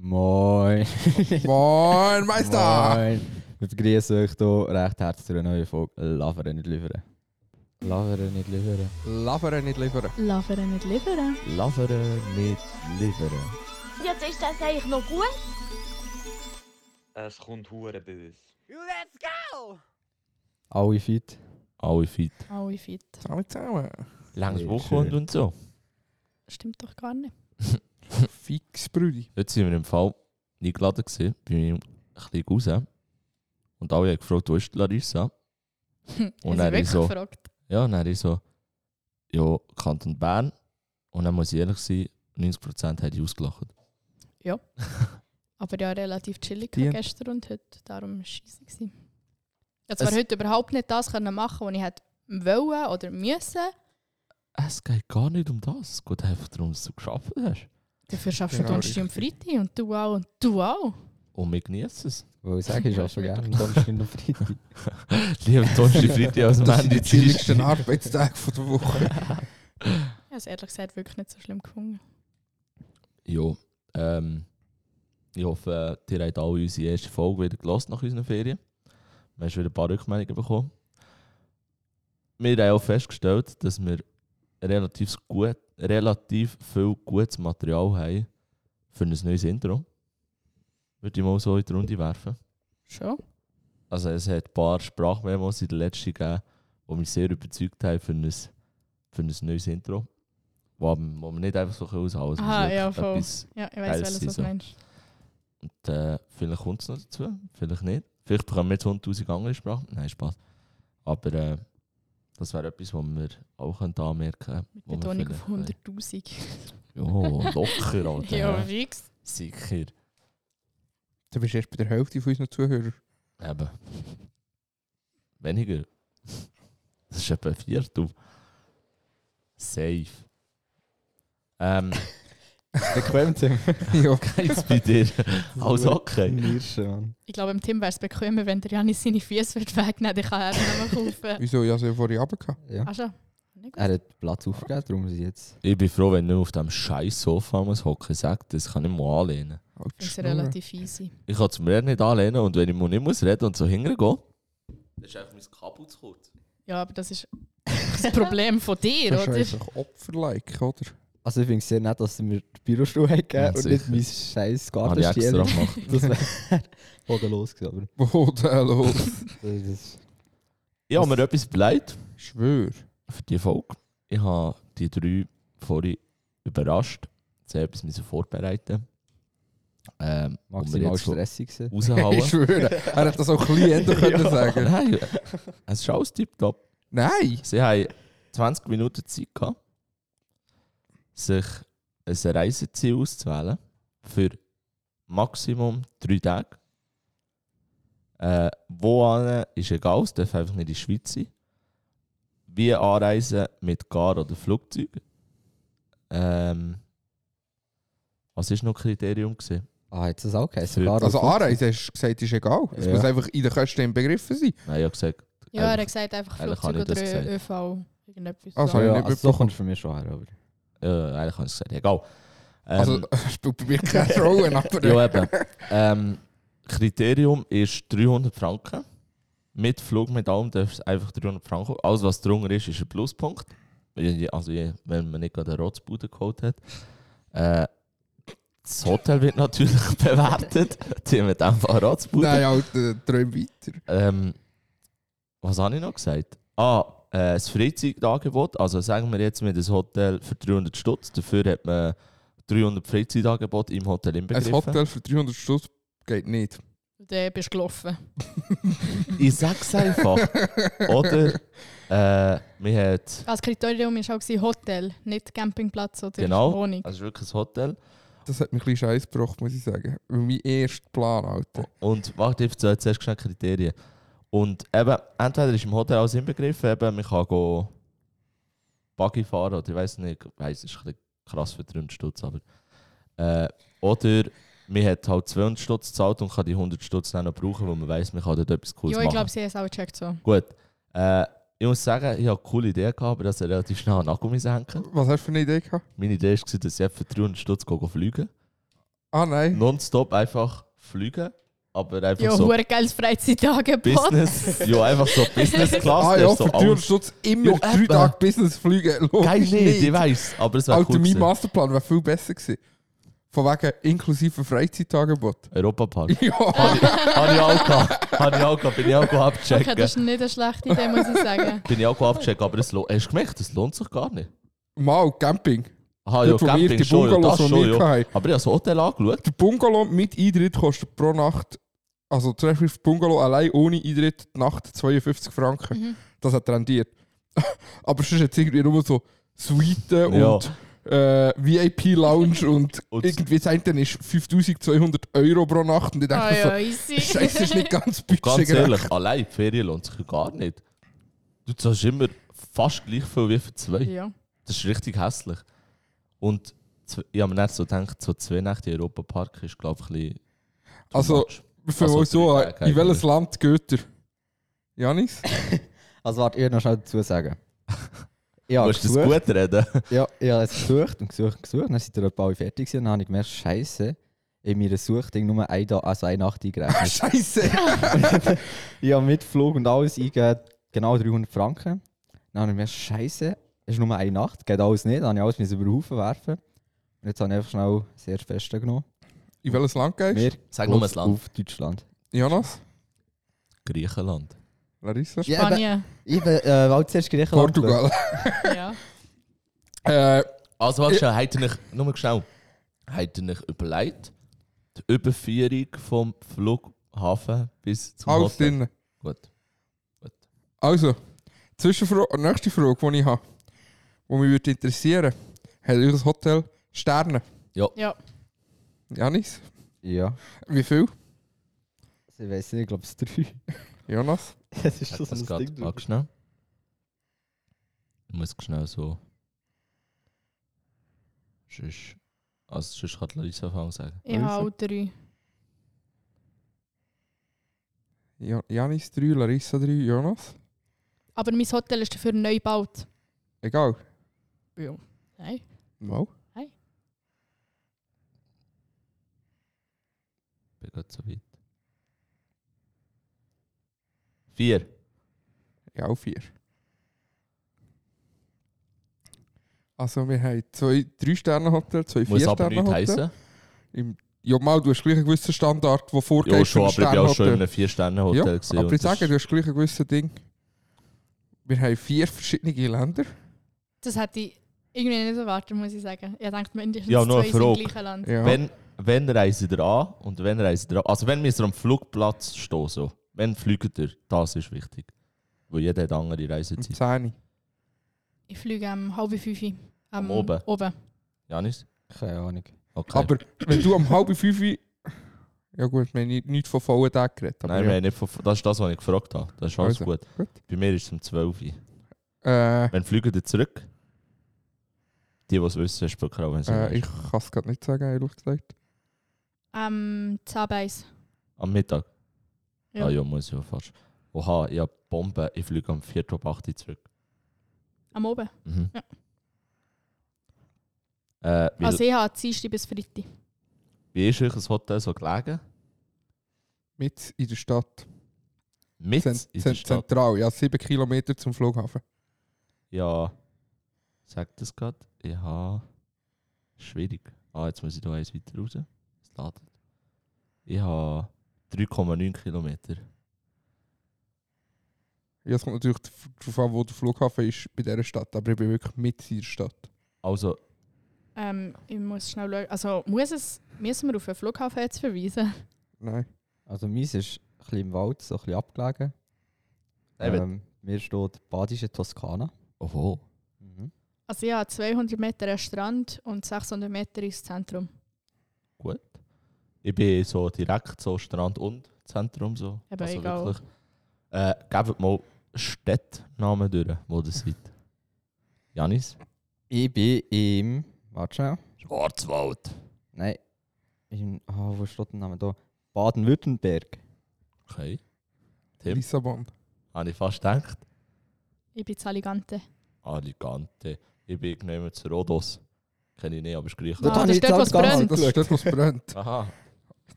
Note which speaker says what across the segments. Speaker 1: Moin.
Speaker 2: Moin, Meister!
Speaker 1: Moin. Wir begrüßen euch hier recht herzlich zu einer neuen Folge Laveren nicht liefern. Laveren nicht liefern.
Speaker 2: Laveren nicht liefern.
Speaker 3: Laveren nicht liefern.
Speaker 1: Laveren nicht liefern.
Speaker 4: Jetzt ist das eigentlich noch gut.
Speaker 5: Es kommt hure böse.
Speaker 1: Alle fit?
Speaker 6: Alle fit.
Speaker 3: Alle fit.
Speaker 2: Alle zusammen.
Speaker 6: Langes
Speaker 1: Sehr
Speaker 6: Wochenende
Speaker 1: schön.
Speaker 6: und so.
Speaker 3: Stimmt doch gar nicht.
Speaker 2: Fix, Brüdi.
Speaker 6: Jetzt sind wir im Fall eingeladen gewesen, bei meinem kleinen Cousin. Und alle haben gefragt, wo ist die Larissa?
Speaker 3: Haben
Speaker 6: Und er
Speaker 3: sie
Speaker 6: ist
Speaker 3: wirklich
Speaker 6: so-
Speaker 3: gefragt.
Speaker 6: Ja, und dann ich so, ja, Kanton Bern. Und dann muss ich ehrlich sein, 90% haben die ausgelacht.
Speaker 3: Aber ja, relativ chillig
Speaker 1: Die-
Speaker 3: gestern und heute. Darum war es scheisse. gewesen. Jetzt war
Speaker 6: Es-
Speaker 3: heute überhaupt nicht das können machen, was ich hätte wollen oder müssen.
Speaker 6: Es geht gar nicht um das. Es geht einfach darum, dass du geschafft hast.
Speaker 3: Dafür schaffst
Speaker 2: Genau,
Speaker 3: du Donnerstag und Freitag und du auch und du auch.
Speaker 6: Und wir genießen es.
Speaker 1: Weil ich sage, ich arbeite gerne am Donnerstag und am Freitag.
Speaker 6: Lieber Donnerstag, Freitag
Speaker 2: Das
Speaker 6: als
Speaker 2: sind die
Speaker 6: Mandy,
Speaker 2: chilligsten Arbeitstage von der Woche.
Speaker 3: Ich habe es ehrlich gesagt wirklich nicht so schlimm gefunden.
Speaker 6: Ja, ähm, ich hoffe, äh, ihr habt alle unsere erste Folge wieder gelassen nach unseren Ferien. Wir haben schon wieder ein paar Rückmeldungen bekommen. Wir haben auch festgestellt, dass wir relativ, gut, relativ viel gutes Material haben für ein neues Intro. Würde ich mal so in die Runde werfen.
Speaker 3: Schon?
Speaker 6: Also es hat ein paar Sprachmemos in der letzten gegeben, die mich sehr überzeugt haben für ein, für ein neues Intro. Wo, wo man nicht einfach so aushalten können.
Speaker 3: Aha,
Speaker 6: Es muss
Speaker 3: ja,
Speaker 6: wirklich
Speaker 3: voll.
Speaker 6: etwas
Speaker 3: Ja, ich
Speaker 6: Geil,
Speaker 3: weiß, welches
Speaker 6: sie
Speaker 3: was
Speaker 6: so.
Speaker 3: du meinst.
Speaker 6: Und äh, vielleicht kommt es noch dazu, vielleicht nicht. Vielleicht bekommen wir jetzt 100.000 andere Sprachen. Nein, Spaß. Aber äh, das wäre etwas, was wir auch könnten anmerken
Speaker 3: Mit
Speaker 6: wo wir
Speaker 3: Betonung auf
Speaker 6: vielleicht-
Speaker 3: 100.000.
Speaker 6: Ja, locker, Alter.
Speaker 3: ja, fix.
Speaker 6: Sicher.
Speaker 2: Du bist erst bei der Hälfte von unseren Zuhörern.
Speaker 6: Eben. Weniger. Das ist etwa ein Viertel. Safe. Ähm,
Speaker 1: Bequem, Tim.
Speaker 2: ja.
Speaker 6: geht's bei dir? Alles okay?
Speaker 1: Nirschen, Mann.
Speaker 3: Ich glaube, im Tim wäre es bequemer, wenn der Janis seine Füße wird wegnehmen würde. Ich kann er nicht mehr kaufen.
Speaker 2: Wieso? Ich habe sie ja vorhin runtergehauen.
Speaker 1: Ja.
Speaker 3: Ach so. Nicht gut.
Speaker 1: Er hat Platz aufgegeben, darum sind jetzt...
Speaker 6: Ich bin froh, wenn ich nicht mehr auf diesem scheiß Sofa muss hocken. Sag, das kann ich mal anlehnen.
Speaker 2: Halt die
Speaker 3: Das ist
Speaker 2: Schnurre.
Speaker 3: relativ easy.
Speaker 6: Ich kann zum Reden nicht anlehnen und wenn ich mal nicht muss reden und so hingehen das ist einfach mein Kabel zu kurz.
Speaker 3: Ja, aber das ist das Problem von dir,
Speaker 2: Das
Speaker 3: oder?
Speaker 2: ist einfach Opferlike, oder?
Speaker 1: Also ich finde es sehr nett, dass sie mir den Bürostuhl haben gegeben
Speaker 6: Ja,
Speaker 1: und nicht
Speaker 6: sicher.
Speaker 1: mein scheiß
Speaker 6: Habe ich
Speaker 1: Gartenstiel.
Speaker 6: extra gemacht.
Speaker 1: Das wäre bodenlos gewesen, aber...
Speaker 2: Boden los.
Speaker 1: Das
Speaker 6: dus
Speaker 1: ist
Speaker 6: Ich habe mir etwas beleidigt
Speaker 2: Schwör.
Speaker 6: für die Folge. Ich habe die drei vorhin überrascht. Sie haben etwas müssen vorbereiten. Ähm, und mir
Speaker 1: maximal
Speaker 6: jetzt so
Speaker 1: stressig gewesen.
Speaker 2: Ich
Speaker 6: Raushauen.
Speaker 2: schwöre. Er hat das auch klienter können sagen.
Speaker 6: Nein, es ist alles tipptopp.
Speaker 2: Nein!
Speaker 6: Sie haben 20 Minuten Zeit gehabt, sich ein Reiseziel auszuwählen für Maximum drei Tage. Äh, wo an ist egal, es darf einfach nicht in die Schweiz sein. Wie anreisen mit Gar oder Flugzeug. Ähm, was war noch Kriterium? Gewesen?
Speaker 1: Ah, jetzt ist es auch geheißen.
Speaker 6: Für-
Speaker 1: Gar
Speaker 2: Also
Speaker 1: auf-
Speaker 2: Anreise hast du gesagt, ist egal. Es
Speaker 6: Ja.
Speaker 2: muss einfach in den Kosten inbegriffen sein.
Speaker 6: Nein, ich habe gesagt,
Speaker 3: Ja, er hat gesagt, einfach
Speaker 6: Eigentlich
Speaker 3: Flugzeug
Speaker 6: habe ich das
Speaker 3: oder
Speaker 6: gesagt.
Speaker 3: ÖV. Irgendetwas.
Speaker 2: Ah,
Speaker 3: so.
Speaker 2: sorry.
Speaker 1: ja,
Speaker 2: nicht
Speaker 1: also so
Speaker 2: mitbekommen.
Speaker 1: kommst du für mich schon her. Aber.
Speaker 6: äh, eigentlich habe ich gesagt, egal. Ähm,
Speaker 2: Also, es spielt bei mir keine Rolle, aber...
Speaker 6: Ja, eben. Ähm, Kriterium ist 300 Franken. Mit Flug, mit allem darfst du einfach 300 Franken. Alles, was drunter ist, ist ein Pluspunkt. Weil je- Also, je- wenn man nicht gerade eine Rotzbude geholt hat. Äh, das Hotel wird natürlich bewertet. Die haben mit einfach eine Rotzbude.
Speaker 2: Nein, Alter, träum weiter.
Speaker 6: Ähm, was habe ich noch gesagt? Ah, äh, das Freizeitangebot. Also sagen wir jetzt mit einem Hotel für 300 Stutz. Dafür hat man 300 Freizeitangebote im Hotel
Speaker 2: Ein
Speaker 6: inbegriffen.
Speaker 2: Hotel für 300 Stutz geht nicht.
Speaker 3: Dann bist du gelaufen.
Speaker 6: Ich sag's einfach. Oder äh, wir hat
Speaker 3: Das Kriterium war auch gewesen, Hotel, nicht Campingplatz oder
Speaker 6: Genau.
Speaker 3: Wohnung.
Speaker 6: also wirklich ein Hotel.
Speaker 2: Das hat mich ein bisschen scheiß gebracht, muss ich sagen. Weil mein erster Plan, Alter.
Speaker 6: Und warte, ich erzähle zuerst schnell die Kriterien. Und eben, entweder ist im Hotel alles inbegriffen, eben, man kann go Buggy fahren oder ich weiß nicht, ich weiss, ist ein bisschen krass für 300 Stutz, aber. Äh, oder man hat halt 200 Stutz gezahlt und kann die 100 Stutz dann noch brauchen, weil man weiß, man kann dort etwas Cooles
Speaker 3: Ja, ich
Speaker 6: machen.
Speaker 3: glaube, sie haben es auch gecheckt. So.
Speaker 6: Gut. Äh, ich muss sagen, ich habe eine coole Idee gehabt, aber das hat relativ schnell an den Akku müssen hängen.
Speaker 2: Was hast du für eine Idee gehabt?
Speaker 6: Meine Idee war, dass ich einfach für 300 Stutz gehe fliegen
Speaker 2: Ah nein.
Speaker 6: nonstop einfach fliegen, aber einfach
Speaker 3: Ja,
Speaker 6: so
Speaker 3: hure geiles Freizeitangebot.
Speaker 6: Business, ja einfach so Business Class,
Speaker 2: ah
Speaker 6: der
Speaker 2: ja,
Speaker 6: ist so
Speaker 2: für
Speaker 6: alles.
Speaker 2: Türschutz immer
Speaker 6: Ja,
Speaker 2: drei
Speaker 6: eben.
Speaker 2: Tage Business fliegen.
Speaker 6: Geil
Speaker 2: Logisch
Speaker 6: nicht, ich weiß, aber es wäre
Speaker 2: Alter,
Speaker 6: cool
Speaker 2: mein
Speaker 6: gewesen.
Speaker 2: Masterplan wäre viel besser gewesen. Von wegen inklusive Freizeitangebot.
Speaker 6: Europapark.
Speaker 2: ja.
Speaker 6: Habe ich habe ich auch gehabt, habe ich auch gehabt, bin ich auch
Speaker 3: Okay,
Speaker 6: abchecken.
Speaker 3: das ist nicht eine schlechte Idee, muss ich sagen. Ah,
Speaker 6: Bin ich auch abchecken, aber es lohnt, hast du gemerkt, es lohnt sich gar nicht.
Speaker 2: Mal Camping.
Speaker 6: Aha, ja,
Speaker 2: Dort, wo wir die
Speaker 6: Ah, Camping schon, ja,
Speaker 2: Bungalows,
Speaker 6: das
Speaker 2: die
Speaker 6: schon,
Speaker 2: wir
Speaker 6: ja.
Speaker 2: hatten.
Speaker 6: Aber ich habe das Hotel angeschaut.
Speaker 2: Der Bungalow mit Eintritt kostet pro Nacht, also trefflich Bungalow allein ohne Eintritt, die Nacht 52 Franken.
Speaker 3: Mhm.
Speaker 2: Das hat rendiert. Aber sonst jetzt irgendwie nur so Suiten
Speaker 6: Ja.
Speaker 2: und äh, VIP-Lounge und,
Speaker 6: Und-
Speaker 2: irgendwie das eine ist 5200 Euro pro Nacht und ich denke
Speaker 3: Ah
Speaker 2: mir so,
Speaker 3: ja, easy.
Speaker 2: Scheiße, ist nicht ganz
Speaker 6: Ganz
Speaker 2: budgetgerecht.
Speaker 6: ehrlich, allein die Ferien lohnt sich gar nicht. Du zahlst immer fast gleich viel wie für zwei.
Speaker 3: Ja.
Speaker 6: Das ist richtig hässlich. Und zw- ich habe mir nicht so gedacht, so zwei Nächte in Europa Park ist, glaube ich, ein bisschen. too
Speaker 2: Also,
Speaker 6: much.
Speaker 2: Für
Speaker 6: Also,
Speaker 2: euch so,
Speaker 6: drei Tage
Speaker 2: in welches Land geht ihr? Janis?
Speaker 1: Also warte, ich will noch schnell dazu sagen. Ja,
Speaker 6: Du musst das gut reden.
Speaker 1: Ja, ich habe es gesucht und gesucht und gesucht. Dann sind die Bau fertig gewesen. Dann habe ich gemerkt, Scheiße, in meiner Suchding nur ein Tag, also eine Nacht eingerechnet.
Speaker 2: Scheiße!
Speaker 1: ich habe mit Flug und alles eingegeben, genau 300 Franken. Dann habe ich mir Scheiße, es ist nur eine Nacht, geht alles nicht. Dann habe ich alles müssen über den Haufen werfen. Und jetzt habe ich einfach schnell sehr fest genommen.
Speaker 2: In welches Land gehst du?
Speaker 1: Wir
Speaker 6: Sag nur
Speaker 1: auf-
Speaker 6: ein Land.
Speaker 1: Auf Deutschland.
Speaker 2: Janas?
Speaker 6: Griechenland.
Speaker 2: Larissa?
Speaker 3: Spanien.
Speaker 1: ich bin äh, wollte zuerst Griechenland.
Speaker 2: Portugal.
Speaker 3: Ja.
Speaker 2: Äh,
Speaker 6: Also, warte schon, habt ihr euch, nur mal schnell, habt ihr euch überlegt, die Überführung vom Flughafen bis zum
Speaker 2: alles
Speaker 6: Hotel?
Speaker 2: drin.
Speaker 6: Gut.
Speaker 2: Also, Zwischenfrage, nächste Frage, die ich habe, die mich würde interessieren, hat euer Hotel Sterne?
Speaker 3: Ja.
Speaker 2: Janis?
Speaker 1: Ja. also
Speaker 2: Wie viel?
Speaker 1: Ich weiß nicht, ich glaube es drei.
Speaker 2: Jonas?
Speaker 1: Es ist so
Speaker 6: Das
Speaker 1: ein
Speaker 6: geht.
Speaker 1: Ding.
Speaker 6: Warte schnell. Ich muss schnell so. Sonst, also, sonst kann die Larissa anfangen sagen.
Speaker 3: Ich habe auch drei.
Speaker 2: Ja, Janis 3, Larissa 3, Jonas?
Speaker 3: Aber mein Hotel ist dafür neu gebaut.
Speaker 2: Egal.
Speaker 3: Ja. Nein.
Speaker 2: Mal.
Speaker 6: Ich bin gerade so weit. Vier.
Speaker 2: Ja, auch 4. Also, wir haben zwei 3-Sterne-Hotel, zwei
Speaker 6: Muss aber nicht
Speaker 2: 4-Sterne-Hotel.
Speaker 6: heißen.
Speaker 2: Im- Ja, mal, du hast gleich einen gewissen Standard, der vorgeht
Speaker 6: Ja, schon, aber ich
Speaker 2: für ein
Speaker 6: bin auch schon in
Speaker 2: Sternhotel.
Speaker 6: einem
Speaker 2: Ja,
Speaker 6: Vier-Sterne-Hotel gesehen.
Speaker 2: aber ich sage, du hast gleich ein gewisses Ding. Wir haben vier verschiedene Länder.
Speaker 3: Das hätte ich irgendwie nicht erwartet, muss ich sagen. Ich dachte, mindestens
Speaker 6: Ja, nur
Speaker 3: zwei
Speaker 6: eine
Speaker 3: sind im
Speaker 6: Frage.
Speaker 3: gleichen Land.
Speaker 2: Ja.
Speaker 6: Wenn, wenn reisen ihr an und wenn reisen ihr an? Also wenn wir am Flugplatz stehen, so. wenn fliegt ihr, das ist wichtig. Weil jeder hat andere
Speaker 2: Um
Speaker 6: Reisezeit.
Speaker 2: 10.
Speaker 3: Ich fliege um halb fünf am,
Speaker 6: Am Oben.
Speaker 3: Oben.
Speaker 6: Janis?
Speaker 1: Keine Ahnung.
Speaker 6: Okay.
Speaker 2: Aber wenn du um halb fünf. Ja, gut, wir haben nicht, nicht von vollen Tag geredet. Aber
Speaker 6: Nein, wir
Speaker 2: ja.
Speaker 6: haben nicht von, das ist das, was ich gefragt habe. Das ist alles
Speaker 2: Also,
Speaker 6: gut.
Speaker 2: gut.
Speaker 6: Bei mir ist es um 12 Uhr.
Speaker 2: Äh,
Speaker 6: Wenn fliegt ihr zurück? Die, die es wissen, spielt keine Rolle, wenn sie
Speaker 2: äh, ich
Speaker 6: nicht wissen.
Speaker 2: kann es gerade nicht sagen, ehrlich gesagt.
Speaker 3: Ähm, Zabeis.
Speaker 6: Am Mittag?
Speaker 3: Ja.
Speaker 6: Ah ja, muss ich ja fast. Oha, ich habe Bombe, ich fliege am 4. ab 8 Uhr zurück.
Speaker 3: Am Oben.
Speaker 6: Mhm.
Speaker 3: Ja.
Speaker 6: Äh, weil-
Speaker 3: Also ich habe Dienstag bis Freitag.
Speaker 6: Wie ist euch das Hotel so gelegen?
Speaker 2: Mit in der Stadt.
Speaker 6: Mit
Speaker 2: Zent-
Speaker 6: in der
Speaker 2: Zent-
Speaker 6: Stadt.
Speaker 2: Zentral, ja, sieben Kilometer zum Flughafen.
Speaker 6: Ja. Sagt das gerade? Ja. Schwierig. Ah, jetzt muss ich da eins weiter raus. Es ladet. Ich habe 3,9 Kilometer.
Speaker 2: Ja, es kommt natürlich darauf an, wo der Flughafen ist bei dieser Stadt, aber ich bin wirklich mit in der Stadt.
Speaker 6: Also,
Speaker 3: Ähm, ich muss schnell schauen. Also muss es, müssen wir auf den Flughafen jetzt verweisen?
Speaker 2: Nein.
Speaker 1: Also meins ist ein bisschen im Wald, so ein bisschen abgelegen.
Speaker 6: Eben.
Speaker 1: Ähm, mir steht Badische Toskana.
Speaker 6: oho.
Speaker 2: Mhm.
Speaker 3: Also ich habe 200 Meter einen Strand und 600 Meter ins Zentrum.
Speaker 6: Gut. Ich bin so direkt so Strand und Zentrum so. Also
Speaker 3: Eben, egal.
Speaker 6: Äh, gebt mal Städtnamen durch, wo ihr seid. Janis?
Speaker 1: Ich bin im. Warte schnell.
Speaker 6: Schwarzwald.
Speaker 1: Nein. In, ah, wo steht der Name da? Baden-Württemberg.
Speaker 6: Okay. Tim?
Speaker 2: Lissabon.
Speaker 6: Habe ich fast gedacht.
Speaker 3: Ich bin in Alicante.
Speaker 6: Alicante. Ich bin genommen zu Rhodos. kenne ich nicht, aber ist Griechenland.
Speaker 3: Nein, das ist dort, was
Speaker 2: Ah,
Speaker 3: brennt.
Speaker 2: das ist dort, was brennt.
Speaker 6: Aha.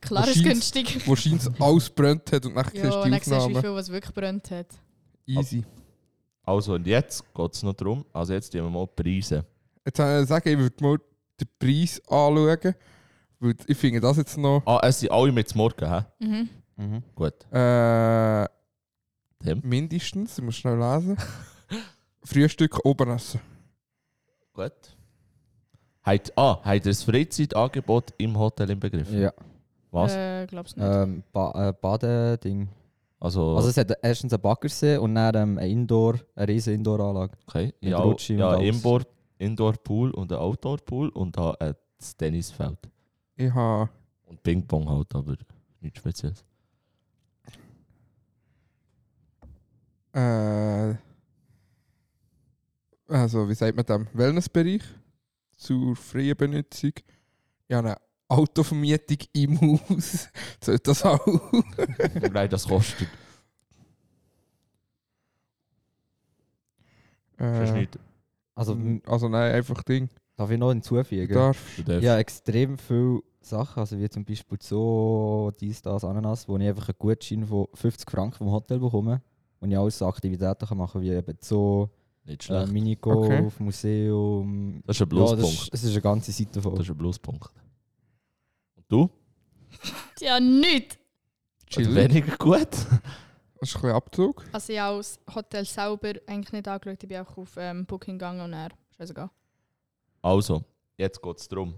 Speaker 3: Klar ist
Speaker 2: Scheisse.
Speaker 3: günstig.
Speaker 2: Wo scheinbar alles brennt hat und nachher
Speaker 3: Ja,
Speaker 2: siehst du
Speaker 3: und
Speaker 2: die
Speaker 3: dann siehst du, wie
Speaker 2: Aufnahme.
Speaker 3: viel was wirklich brennt hat.
Speaker 2: Easy.
Speaker 6: Also, und jetzt geht es noch darum, also jetzt gehen wir mal die Preise.
Speaker 2: Jetzt habe ich gesagt, ich würde mal den Preis anschauen. Weil ich finde das jetzt noch.
Speaker 6: Ah, es sind alle mit Morgen, hä?
Speaker 3: Mhm.
Speaker 1: Mhm.
Speaker 6: Gut.
Speaker 2: Äh,
Speaker 6: Tim?
Speaker 2: mindestens, ich muss schnell lesen. Frühstück Obernessen.
Speaker 6: Gut. Hat, ah, hat das Freizeitangebot im Hotel im Begriff?
Speaker 1: Ja.
Speaker 6: Was?
Speaker 3: Äh, glaub's nicht.
Speaker 1: Ähm, ba äh, Badeding.
Speaker 6: Also,
Speaker 1: Also es hat erstens einen Baggersee und dann ähm, eine Indoor, eine riesige Indoor-Anlage.
Speaker 6: okay.
Speaker 1: mit
Speaker 6: Ja,
Speaker 1: Rutsche und
Speaker 6: ja
Speaker 1: alles.
Speaker 6: Indoor, Indoor-Pool und ein Outdoor-Pool und da ein Tennisfeld.
Speaker 2: Ich habe.
Speaker 6: Und Ping-Pong halt, aber nichts Spezielles.
Speaker 2: Äh, also, wie sagt man dem? Wellnessbereich zur freien Benutzung. Ich habe eine Autovermietung im Haus. Zählt das auch? Äh,
Speaker 6: Nein, das kostet. Das ist
Speaker 2: Äh,
Speaker 6: nicht.
Speaker 1: Also m-
Speaker 2: also, nein, einfach Ding.
Speaker 1: darf ich noch hinzufügen?
Speaker 2: Darf.
Speaker 6: Du darfst.
Speaker 1: Ja, extrem viele Sachen, also wie zum Beispiel so dies, das, Ananas, wo ich einfach einen Gutschein von 50 Franken vom Hotel bekomme und ich alles so Aktivitäten kann machen wie eben so
Speaker 6: Nicht
Speaker 1: äh,
Speaker 6: schlecht.
Speaker 1: Minigolf,
Speaker 2: Okay.
Speaker 1: Museum.
Speaker 6: Das ist ein
Speaker 1: Ja, das,
Speaker 6: Pluspunkt.
Speaker 1: ist- das ist eine ganze Seite voll.
Speaker 6: Das ist ein Pluspunkt. Und du?
Speaker 3: Ja, nichts.
Speaker 2: Chill.
Speaker 6: Also weniger gut?
Speaker 2: Das ist ein bisschen Abzug.
Speaker 3: Also ich habe das Hotel selber eigentlich nicht angeschaut. Ich bin auch auf ähm, Booking gegangen und er. Scheißegal.
Speaker 6: Also, jetzt geht es darum.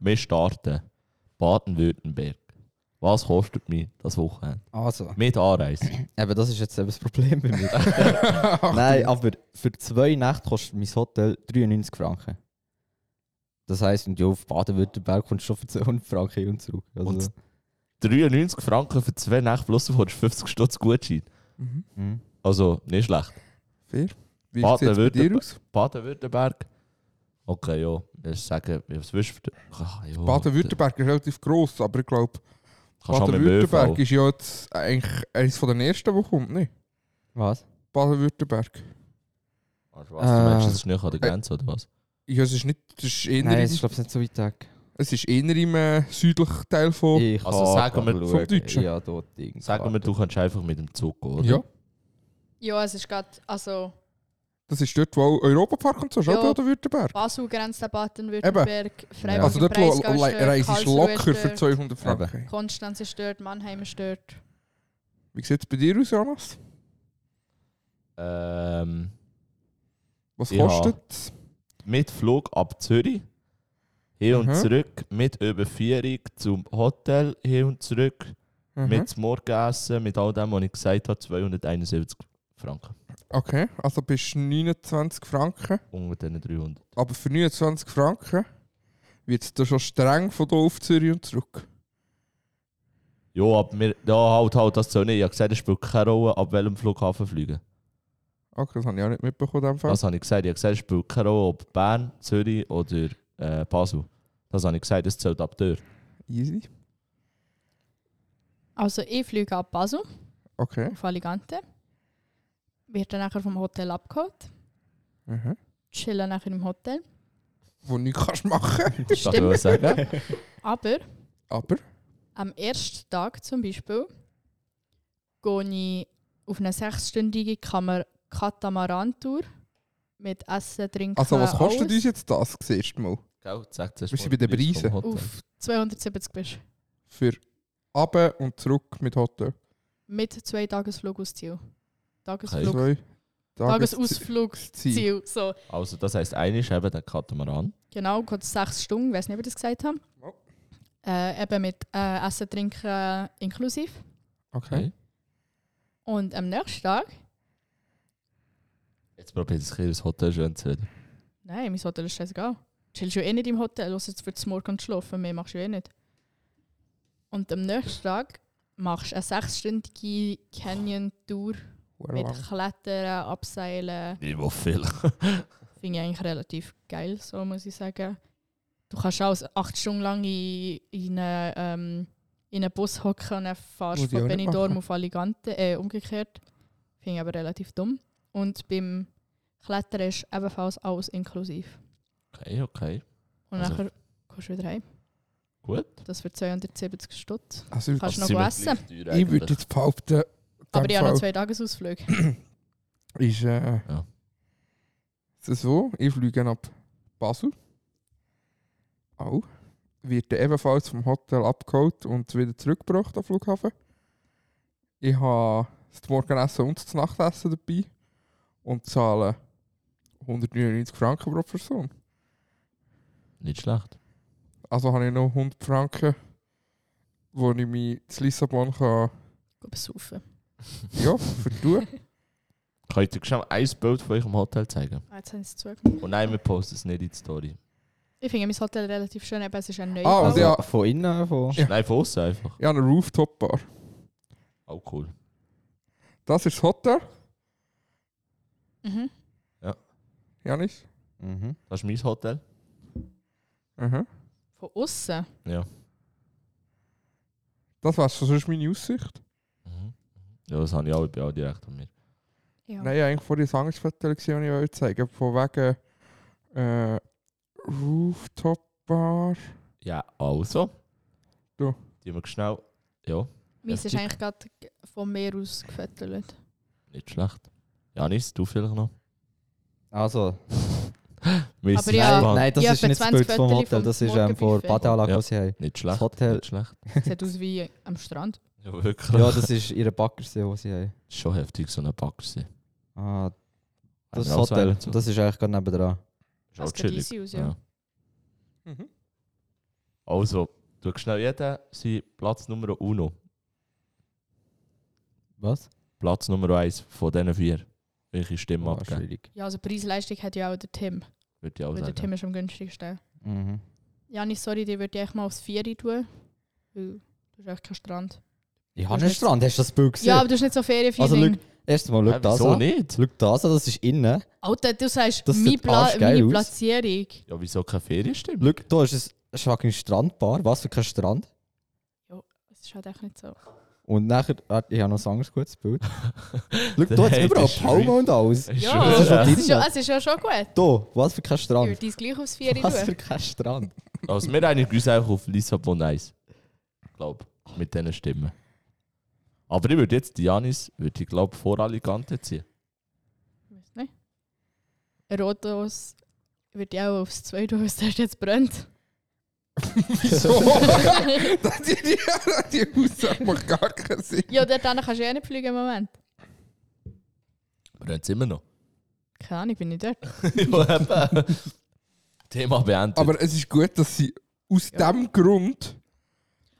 Speaker 6: Wir starten. Baden-Württemberg. Was kostet mich das Wochenende?
Speaker 1: Also,
Speaker 6: Mit Anreise.
Speaker 1: eben das ist jetzt eben das Problem bei mir.
Speaker 2: Achtung.
Speaker 1: Nein, aber für zwei Nächte kostet mein Hotel 93 Franken. Das heisst, wenn du auf Baden-Württemberg kommst, schon für 200 Franken hin und zurück. Also,
Speaker 6: Und- 93 Franken für zwei Nächte plus du hast 50 Stutz Gutschein.
Speaker 2: Mhm.
Speaker 1: mhm.
Speaker 6: Also, nicht schlecht.
Speaker 2: Fair. Wie
Speaker 6: Baden
Speaker 2: sieht es bei dir
Speaker 6: Württemberg.
Speaker 2: aus?
Speaker 6: Baden-Württemberg. Okay, ja. Ich sagen, was willst du? Ah, ja.
Speaker 2: Baden-Württemberg ist relativ gross, aber ich glaube,
Speaker 6: Kannst du auch mit dem
Speaker 2: Baden-Württemberg
Speaker 6: ÖV.
Speaker 2: ist ja jetzt eigentlich eines von den ersten, die kommt, ne?
Speaker 1: Was?
Speaker 2: Baden-Württemberg.
Speaker 6: Also, was, du meinst,
Speaker 1: Äh,
Speaker 6: das ist nicht an der Grenze, oder was?
Speaker 2: Ja, es ist nicht, es ist eher,
Speaker 1: Nein, es
Speaker 2: im,
Speaker 1: ist glaube ich nicht so weit weg.
Speaker 2: es ist eher im äh, südlichen Teil von.
Speaker 1: Ich
Speaker 6: Also
Speaker 1: kann
Speaker 6: sagen wir-
Speaker 1: schauen.
Speaker 2: Vom Deutschen.
Speaker 1: Ja, dort Ding.
Speaker 6: Sagen wir, du kannst einfach mit dem Zug gehen, oder?
Speaker 2: Ja,
Speaker 3: Ja, es ist gerade, also
Speaker 2: das ist dort, wo auch Europapark und so ist,
Speaker 3: Ja.
Speaker 2: auch Baden-Württemberg.
Speaker 3: Basel grenzt an Baden-Württemberg, Freiburg,
Speaker 2: Also dort lo-
Speaker 3: Breisgau ist
Speaker 2: le-
Speaker 3: dort,
Speaker 2: reist du
Speaker 3: Karlsruhe
Speaker 2: locker
Speaker 3: ist
Speaker 2: für
Speaker 3: dort,
Speaker 2: 200 Franken.
Speaker 3: Konstanz ist dort, Mannheim ist dort.
Speaker 2: Wie sieht es bei dir aus, Jonas?
Speaker 6: Ähm,
Speaker 2: Was
Speaker 6: Ich
Speaker 2: kostet
Speaker 6: mit Flug ab Zürich. Hin und
Speaker 2: Mhm.
Speaker 6: zurück, mit Überführung zum Hotel, hin und zurück,
Speaker 2: Mhm.
Speaker 6: mit zum Morgenessen, mit all dem, was ich gesagt habe, 271 Franken.
Speaker 2: Okay, also bist du 29 Franken.
Speaker 6: Unter diesen 300.
Speaker 2: Aber für 29 Franken wird es da schon streng von hier auf Zürich und zurück.
Speaker 6: Ja, aber wir, ja, halt, halt, das soll nicht. Ich habe gesagt, es spielt keine Rolle, ab welchem Flughafen fliegen.
Speaker 2: Okay, das habe ich auch nicht mitbekommen. in dem Fall.
Speaker 6: Das habe ich gesagt. Ich habe gesagt, es spielt keine Rolle, ob Bern, Zürich oder äh, Basel. Das habe ich gesagt, es zählt ab dort.
Speaker 2: Easy.
Speaker 3: Also ich fliege ab Basel,
Speaker 2: Okay.
Speaker 3: auf Alicante. Wird dann nachher vom Hotel abgeholt,
Speaker 2: Mhm.
Speaker 3: chillen nachher im Hotel.
Speaker 2: Wo du nichts kannst machen
Speaker 6: Das
Speaker 3: stimmt.
Speaker 6: wollte ich sagen.
Speaker 3: Aber
Speaker 2: Aber
Speaker 3: am ersten Tag zum Beispiel gehe ich auf eine sechsstündige Kammer Katamaran-Tour mit Essen, Trinken,
Speaker 2: also was kostet
Speaker 3: alles
Speaker 2: uns jetzt das das erste Mal?
Speaker 6: Gell, sag zuerst
Speaker 2: Wir
Speaker 6: mal
Speaker 2: sind bei den
Speaker 6: Preis vom
Speaker 2: Preisen.
Speaker 6: Hotel.
Speaker 3: Auf 270 bist
Speaker 2: Für runter und zurück mit Hotel.
Speaker 3: Mit zwei Tagesflug aus Ziel. Tagesflug.
Speaker 2: Zwei Tagesziel.
Speaker 3: Tagesausflugsziel. So.
Speaker 6: Also, das heisst, eine ist eben der Katamaran.
Speaker 3: Genau, kurz sechs Stunden, ich weiß nicht, ob ich das gesagt habe.
Speaker 2: Ja.
Speaker 3: Äh, eben mit äh, Essen, Trinken inklusiv.
Speaker 2: Okay.
Speaker 3: Und am nächsten Tag,
Speaker 6: Jetzt probiert es ein bisschen das Hotel schön zu reden.
Speaker 3: nein, mein Hotel ist scheißegal. Du chillst ja eh nicht im Hotel, los jetzt für das Morgen und schlafen, mehr machst du ja eh nicht. Und am nächsten Tag machst du eine sechsstündige Canyon-Tour
Speaker 2: Huere
Speaker 3: mit
Speaker 2: lang.
Speaker 3: Klettern, Abseilen.
Speaker 6: Nicht wo viel.
Speaker 3: Finde ich eigentlich relativ geil, so muss ich sagen. Du kannst auch acht Stunden lang in, in, einen, ähm, in einen Bus hocken und dann fahrst
Speaker 2: Muss ich
Speaker 3: von
Speaker 2: auch nicht
Speaker 3: Benidorm
Speaker 2: machen.
Speaker 3: auf Alicante, äh, umgekehrt. Finde ich aber relativ dumm. Und beim Klettern ist ebenfalls alles inklusiv.
Speaker 6: Okay, okay.
Speaker 3: Und
Speaker 6: Also-
Speaker 3: nachher kommst du wieder heim.
Speaker 6: Gut.
Speaker 3: Das für 270 Stutz.
Speaker 2: Also,
Speaker 3: Kannst du noch
Speaker 6: Also
Speaker 3: gut
Speaker 6: ziemlich
Speaker 3: essen?
Speaker 6: gleich teuer
Speaker 2: ich würde
Speaker 6: eigentlich.
Speaker 2: jetzt behaupten,
Speaker 3: Aber ich habe noch
Speaker 2: Fall
Speaker 3: zwei Tagesausflüge.
Speaker 2: ist, äh,
Speaker 6: Ja.
Speaker 2: ist es so, ich fliege ab Basel. Auch. Wird dann ebenfalls vom Hotel abgeholt und wieder zurückgebracht am Flughafen. Ich habe das Morgenessen und das Nachtessen dabei und zahle 199 Franken pro Person.
Speaker 6: Nicht schlecht.
Speaker 2: Also habe ich noch 100 Franken, wo ich mich zu Lissabon kann,
Speaker 3: Geh besaufen.
Speaker 2: ja, vertun
Speaker 6: Könnt ihr schon ein Bild von euch im Hotel zeigen?
Speaker 3: Ah, jetzt haben sie es zugemacht.
Speaker 6: Und nein, wir posten es nicht in die Story.
Speaker 3: Ich finde mein Hotel relativ schön, eben, es ist ein neuer.
Speaker 2: Ah, und
Speaker 1: Also
Speaker 2: ja.
Speaker 1: von innen, von...
Speaker 2: Ja.
Speaker 6: Nein, von außen einfach.
Speaker 2: Ich habe eine Rooftop-Bar.
Speaker 6: Auch cool.
Speaker 2: Das ist das Hotel,
Speaker 3: mhm.
Speaker 2: Janis.
Speaker 1: Mhm.
Speaker 6: Das ist mein Hotel.
Speaker 2: Mhm.
Speaker 3: Von außen.
Speaker 6: Ja.
Speaker 2: Das wär's, das ist meine Aussicht.
Speaker 6: Mhm. Ja, das habe ich auch. Ich bin auch direkt an mir.
Speaker 3: Ja.
Speaker 2: Nein, ich habe eigentlich vor das Angstfoto gesehen, das ich euch zeigen Von wegen äh, Rooftop-Bar.
Speaker 6: Ja, also.
Speaker 2: Du.
Speaker 6: Die haben wir schnell. Ja,
Speaker 3: Meins ist
Speaker 6: Heftig.
Speaker 3: eigentlich gerade vom Meer aus gefettelt.
Speaker 6: nicht schlecht. Janis, du vielleicht noch?
Speaker 1: Also,
Speaker 6: Wir
Speaker 3: Aber
Speaker 6: sind
Speaker 1: nein,
Speaker 3: Ja.
Speaker 6: gespannt.
Speaker 1: nein, das
Speaker 3: Ja,
Speaker 1: ist nicht das
Speaker 3: 20
Speaker 1: Bild vom
Speaker 3: Fotos
Speaker 1: Hotel,
Speaker 3: vom
Speaker 1: das ist ähm, vor
Speaker 3: Morgenbuffet.
Speaker 1: Badeanlage,
Speaker 6: Ja.
Speaker 1: die sie haben.
Speaker 6: Nicht
Speaker 1: Das
Speaker 6: schlecht.
Speaker 1: Hotel,
Speaker 6: Nicht schlecht.
Speaker 3: Sieht aus wie am Strand.
Speaker 6: Ja, wirklich.
Speaker 1: ja, das ist ihre Baggersee, die sie haben.
Speaker 6: ist schon heftig, so ein Baggersee.
Speaker 1: Ah, das
Speaker 6: Haben wir auch so
Speaker 1: Hotel,
Speaker 6: einen zu.
Speaker 1: das ist eigentlich gerade nebenan.
Speaker 6: Ist auch
Speaker 3: Das Also sieht
Speaker 6: chillig.
Speaker 3: easy aus, ja.
Speaker 6: Ja. Also, du hast schnell jeden sein Platz Nummer uno.
Speaker 1: Was?
Speaker 6: Platz Nummer eins von diesen vier. Welche Stimme
Speaker 1: Ah,
Speaker 6: abgeben?
Speaker 1: schwierig.
Speaker 3: Ja, also Preisleistung hat ja auch der Tim.
Speaker 6: Würde ich auch
Speaker 3: Weil der Tim
Speaker 6: sagen.
Speaker 3: ist am günstigsten.
Speaker 1: Mhm.
Speaker 3: Janis, sorry, die würde ich echt mal aufs Vieri tun. Weil du hast echt keinen Strand.
Speaker 1: Ich
Speaker 3: Das
Speaker 1: habe
Speaker 3: ist
Speaker 1: einen
Speaker 3: jetzt-
Speaker 1: Strand, hast du das Bild gesehen?
Speaker 3: Ja, aber du hast nicht so
Speaker 1: also,
Speaker 3: Ferienfeeling.
Speaker 1: schau, erstmal, schau
Speaker 6: Hä,
Speaker 1: das
Speaker 6: wieso
Speaker 1: an.
Speaker 6: nicht?
Speaker 1: Schau das an, das ist innen.
Speaker 3: Alter, du sagst,
Speaker 1: Das
Speaker 3: mein
Speaker 1: sieht
Speaker 3: Pla
Speaker 1: arschgeil
Speaker 3: meine
Speaker 1: aus.
Speaker 3: Platzierung.
Speaker 6: Ja, wieso keine Ferienstimme?
Speaker 1: Schau, da ist es- es ist fucking Strandbar. Was für kein Strand?
Speaker 3: Das ist halt echt nicht so.
Speaker 1: Und nachher, warte, ich habe noch ein anderes gutes Bild. Schau, da hat
Speaker 6: Hey,
Speaker 1: es überall
Speaker 6: das ist
Speaker 1: Palmen und alles.
Speaker 6: Ich
Speaker 3: Ja,
Speaker 6: schwöre.
Speaker 1: Das ist schon
Speaker 3: Es ist ja,
Speaker 1: drinnen.
Speaker 3: es ist ja schon gut.
Speaker 1: Da, was für kein
Speaker 3: Ich
Speaker 1: Strand.
Speaker 3: würde dein gleich aufs Vieri
Speaker 1: Was für
Speaker 3: tun.
Speaker 1: kein Strand.
Speaker 6: Also wir einigen uns einfach auf Lissabon 1. Glaub, mit diesen Stimmen. Aber ich würde jetzt Janis, würde ich glaube, vor Alicante ziehen.
Speaker 3: Weiss nicht. Rotos würde ich auch aufs Zweite, weil es erst jetzt brennt.
Speaker 2: Wieso? Das- die, die, die Aussage macht gar keinen Sinn.
Speaker 3: Ja, dort hinten kannst du ja nicht fliegen im Moment.
Speaker 6: Brennt immer noch.
Speaker 3: Keine Ahnung, bin nicht dort.
Speaker 6: Ja, eben. Thema beendet.
Speaker 2: Aber es ist gut, dass sie aus
Speaker 3: Ja.
Speaker 2: dem Grund.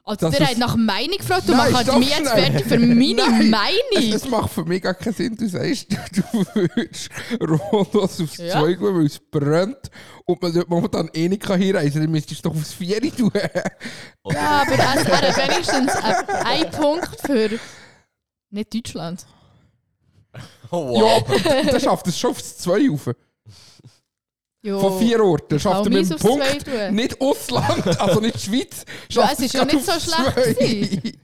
Speaker 3: Also,
Speaker 2: Das
Speaker 3: der
Speaker 2: ist-
Speaker 3: hat nach meine gefragt und
Speaker 2: Nein,
Speaker 3: man hat
Speaker 2: stopp,
Speaker 3: mich jetzt
Speaker 2: nein.
Speaker 3: fertig für meine
Speaker 2: Nein. Es,
Speaker 3: Meinung.
Speaker 2: es macht für mich gar keinen Sinn, du sagst, du würdest Rodos aufs
Speaker 3: Ja.
Speaker 2: Zeug gehen, weil es brennt und man dort momentan eh nicht kann hinreisen kann. Dann müsstest du doch aufs Vieri tun.
Speaker 3: Ja, aber es wäre wenigstens ein, ein Punkt für nicht Deutschland.
Speaker 6: oh,
Speaker 2: Ja, aber der schafft es schon aufs Zwei rauf.
Speaker 3: Jo.
Speaker 2: Von vier Orten schafft
Speaker 3: Auch
Speaker 2: er mit
Speaker 3: meins
Speaker 2: dem
Speaker 3: aufs Zwei
Speaker 2: Punkt.
Speaker 3: tun.
Speaker 2: Nicht Ausland, also nicht Schweiz.
Speaker 3: Ja,
Speaker 2: schafft
Speaker 3: es ist ja
Speaker 2: gerade
Speaker 3: nicht so
Speaker 2: aufs
Speaker 3: schlecht
Speaker 2: Zwei.
Speaker 3: gewesen.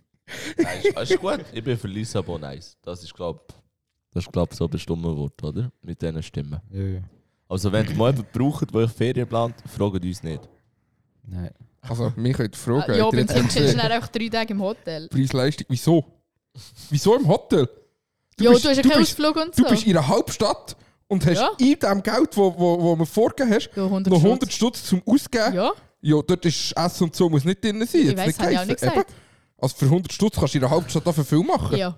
Speaker 6: Nein, ist, ist gut. Ich bin für Lissabon 1. Das ist glaube das ist, glaub, so bestimmt Wort, oder? Mit diesen Stimmen.
Speaker 1: Ja, ja.
Speaker 6: Also wenn ihr mal jemanden braucht, der euch Ferien plant, fragt uns nicht.
Speaker 1: Nein.
Speaker 2: Also, mich könnt ihr fragen.
Speaker 3: Ja,
Speaker 2: habt ihr
Speaker 3: beim
Speaker 2: jetzt
Speaker 3: Tim chillst du
Speaker 2: gesehen?
Speaker 3: dann einfach drei Tage im Hotel.
Speaker 2: Preis-Leistung, wieso? Wieso im Hotel?
Speaker 3: Jo, du hast ja keinen
Speaker 2: bist-
Speaker 3: Ausflug und so.
Speaker 2: Du bist in einer Halbstadt und hast
Speaker 3: Ja.
Speaker 2: in dem Geld, wo, wo, wo man vorgegeben hast,
Speaker 3: Ja, 100
Speaker 2: noch
Speaker 3: Stutz.
Speaker 2: 100 Stutz zum Ausgeben. Ja.
Speaker 3: Ja,
Speaker 2: dort ist Essen und so muss nicht drin sein.
Speaker 3: ich
Speaker 2: Jetzt
Speaker 3: weiß, habe ich auch
Speaker 2: geheißen.
Speaker 3: nicht
Speaker 2: Eben.
Speaker 3: gesagt.
Speaker 2: Also für 100 Stutz kannst du in einer Halbstadt dafür viel machen.
Speaker 3: Ja.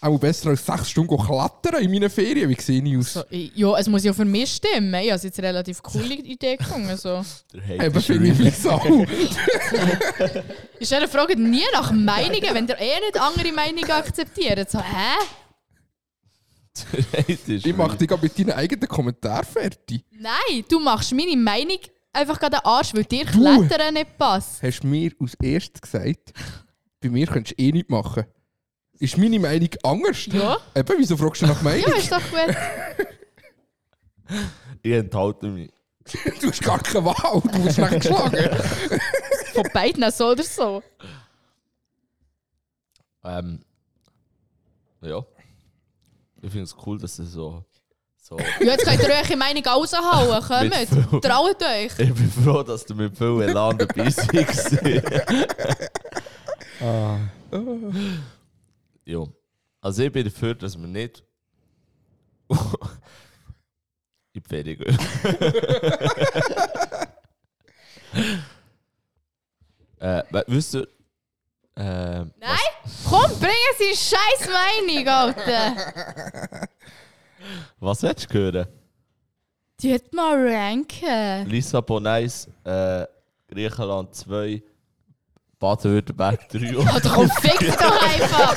Speaker 2: Auch besser als 6 Stunden gehen klettern in meinen Ferien. Wie sehe ich aus?
Speaker 3: So, ich- ja, es muss ja für mich stimmen. Ich habe jetzt eine relativ coole Idee gefunden. Also.
Speaker 6: Der Hate
Speaker 2: Eben
Speaker 6: ist
Speaker 2: finde ich
Speaker 6: real.
Speaker 2: mich auch.
Speaker 3: Ich stelle Frage nie nach Meinungen, wenn ihr eh nicht andere Meinungen akzeptiert. So, hä?
Speaker 6: Der Hate ist
Speaker 2: Ich mache
Speaker 6: real.
Speaker 2: dich gerade mit deinen eigenen Kommentaren fertig.
Speaker 3: Nein, du machst meine Meinung einfach gerade den Arsch, weil dir
Speaker 2: Du.
Speaker 3: Klettern nicht passt.
Speaker 2: Hast du mir als erstes gesagt, bei mir könntest du eh nicht machen. Ist meine Meinung anders?
Speaker 3: Ja.
Speaker 2: Eben, wieso fragst du nach Meinung?
Speaker 3: Ja, ist doch gut.
Speaker 6: Ich enthalte mich.
Speaker 2: Du hast gar keine Wahl, du wirst nicht geschlagen.
Speaker 3: Von beiden so oder so.
Speaker 6: Ähm, ja. Ich finde es cool, dass es so, so So.
Speaker 3: Ja, jetzt könnt ihr eure Meinung raushauen.
Speaker 6: Mit
Speaker 3: Kommt,
Speaker 6: viel-
Speaker 3: traut euch.
Speaker 6: ich bin froh, dass du mit viel Elan dabei warst.
Speaker 1: Ah.
Speaker 6: ja. Also ich bin dafür, dass wir nicht in die Ferien gehen. äh, we- wisst ihr... Äh,
Speaker 3: Nein, komm, bring sie scheiß Meinung, Alter.
Speaker 6: was hättest du hören?
Speaker 3: Tut mal ranken.
Speaker 6: Lissabon 1, äh, Griechenland 2, Baden-Württemberg 3 und
Speaker 3: Alter, komm, fick doch einfach.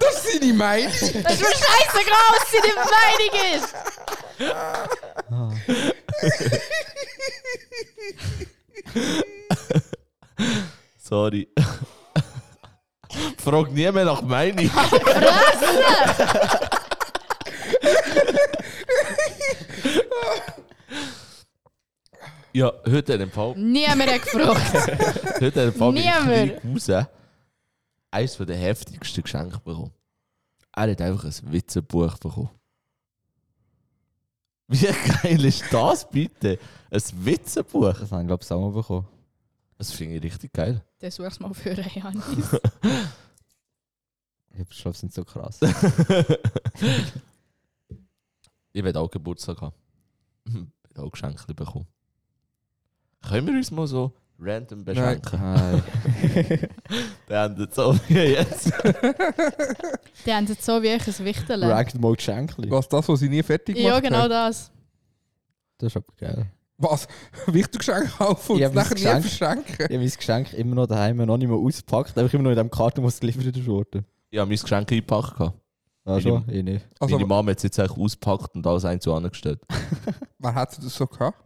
Speaker 2: Das sind die Meinung.
Speaker 3: Das ist mir scheißegal, was sie die Meinung ist.
Speaker 6: Sorry. Frag nie mehr nach Meinung.
Speaker 3: Fresse!
Speaker 6: ja, heute hat im Fall,
Speaker 3: Niemand hat gefragt.
Speaker 6: heute hat im Fall
Speaker 3: Niemand.
Speaker 6: meine Cousin eines der heftigsten Geschenke bekommen. Er hat einfach ein Witzebuch bekommen. Wie geil ist das bitte? Ein Witzebuch.
Speaker 1: Das habe ich, glaube ich, auch bekommen.
Speaker 6: Das finde ich richtig geil.
Speaker 3: Dann such's mal für einen Janis.
Speaker 1: Ich glaube, es sind so krass.
Speaker 6: ich werde auch Geburtstag haben. Ich habe auch Geschenke bekommen. Können wir uns mal so random beschenken?
Speaker 1: Nein.
Speaker 6: Wir haben jetzt so wie jetzt.
Speaker 3: Die haben jetzt so wie ich ein Wichteln.
Speaker 1: Ragged mal Geschenkli.
Speaker 2: Was das, was sie nie fertig gemacht
Speaker 3: Ja, genau
Speaker 2: hat?
Speaker 3: das.
Speaker 1: Das ist aber geil.
Speaker 2: Was? Wichtig Geschenk kaufen und
Speaker 1: Ich
Speaker 2: es
Speaker 1: hab
Speaker 2: nachher
Speaker 1: mein
Speaker 2: nie
Speaker 1: Geschenk-
Speaker 2: verschenken?
Speaker 1: Ich habe mein Geschenk immer noch daheim noch nicht mehr ausgepackt, einfach immer noch in dem Karton, wo es geliefert wurde.
Speaker 6: Ich habe mein Geschenk eingepackt. gehabt.
Speaker 1: Ah, schon? Ich nicht.
Speaker 2: Also,
Speaker 6: Meine Mama hat es jetzt eigentlich ausgepackt und alles ein zu angestellt.
Speaker 2: wer hätte das so gehabt?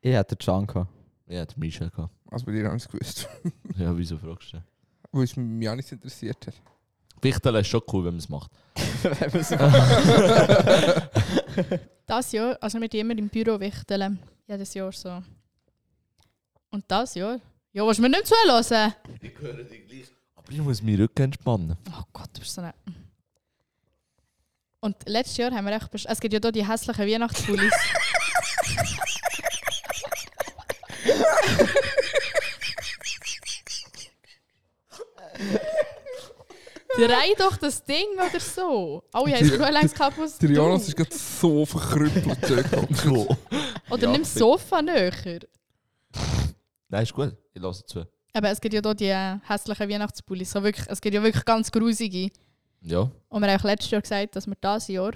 Speaker 1: Ich hatte Can gehabt.
Speaker 6: Ich hatte Mischa gehabt.
Speaker 2: Also, bei dir haben sie es gewusst.
Speaker 6: Ja, wieso fragst du? denn?
Speaker 2: Weil es mich auch nicht interessiert hat.
Speaker 6: Wichteln ist schon cool, wenn man es macht.
Speaker 3: Das Jahr, also wir die immer im Büro wichteln. Jedes Jahr so. Und das Jahr? Ja, willst du mir nicht zuhören?
Speaker 6: Ich höre dich gleich. Aber ich muss meinen Rücken entspannen.
Speaker 3: Oh Gott, du bist so eine... Und letztes Jahr haben wir echt... besch- Es gibt ja hier die hässlichen Weihnachtspullis. Drei doch das Ding oder so. Oh ja, ist schon längst kaputt.
Speaker 2: Der Jonas ist gerade so verkrüppelt. dort.
Speaker 3: Oder
Speaker 6: Ja,
Speaker 3: nimm das Sofa näher.
Speaker 6: Nein, ist gut. Ich lasse zu.
Speaker 3: Aber es gibt ja hier die äh, hässlichen Weihnachtspullis. So wirklich, es gibt ja wirklich ganz grusige.
Speaker 6: Ja.
Speaker 3: Und wir haben auch letztes Jahr gesagt, dass wir dieses Jahr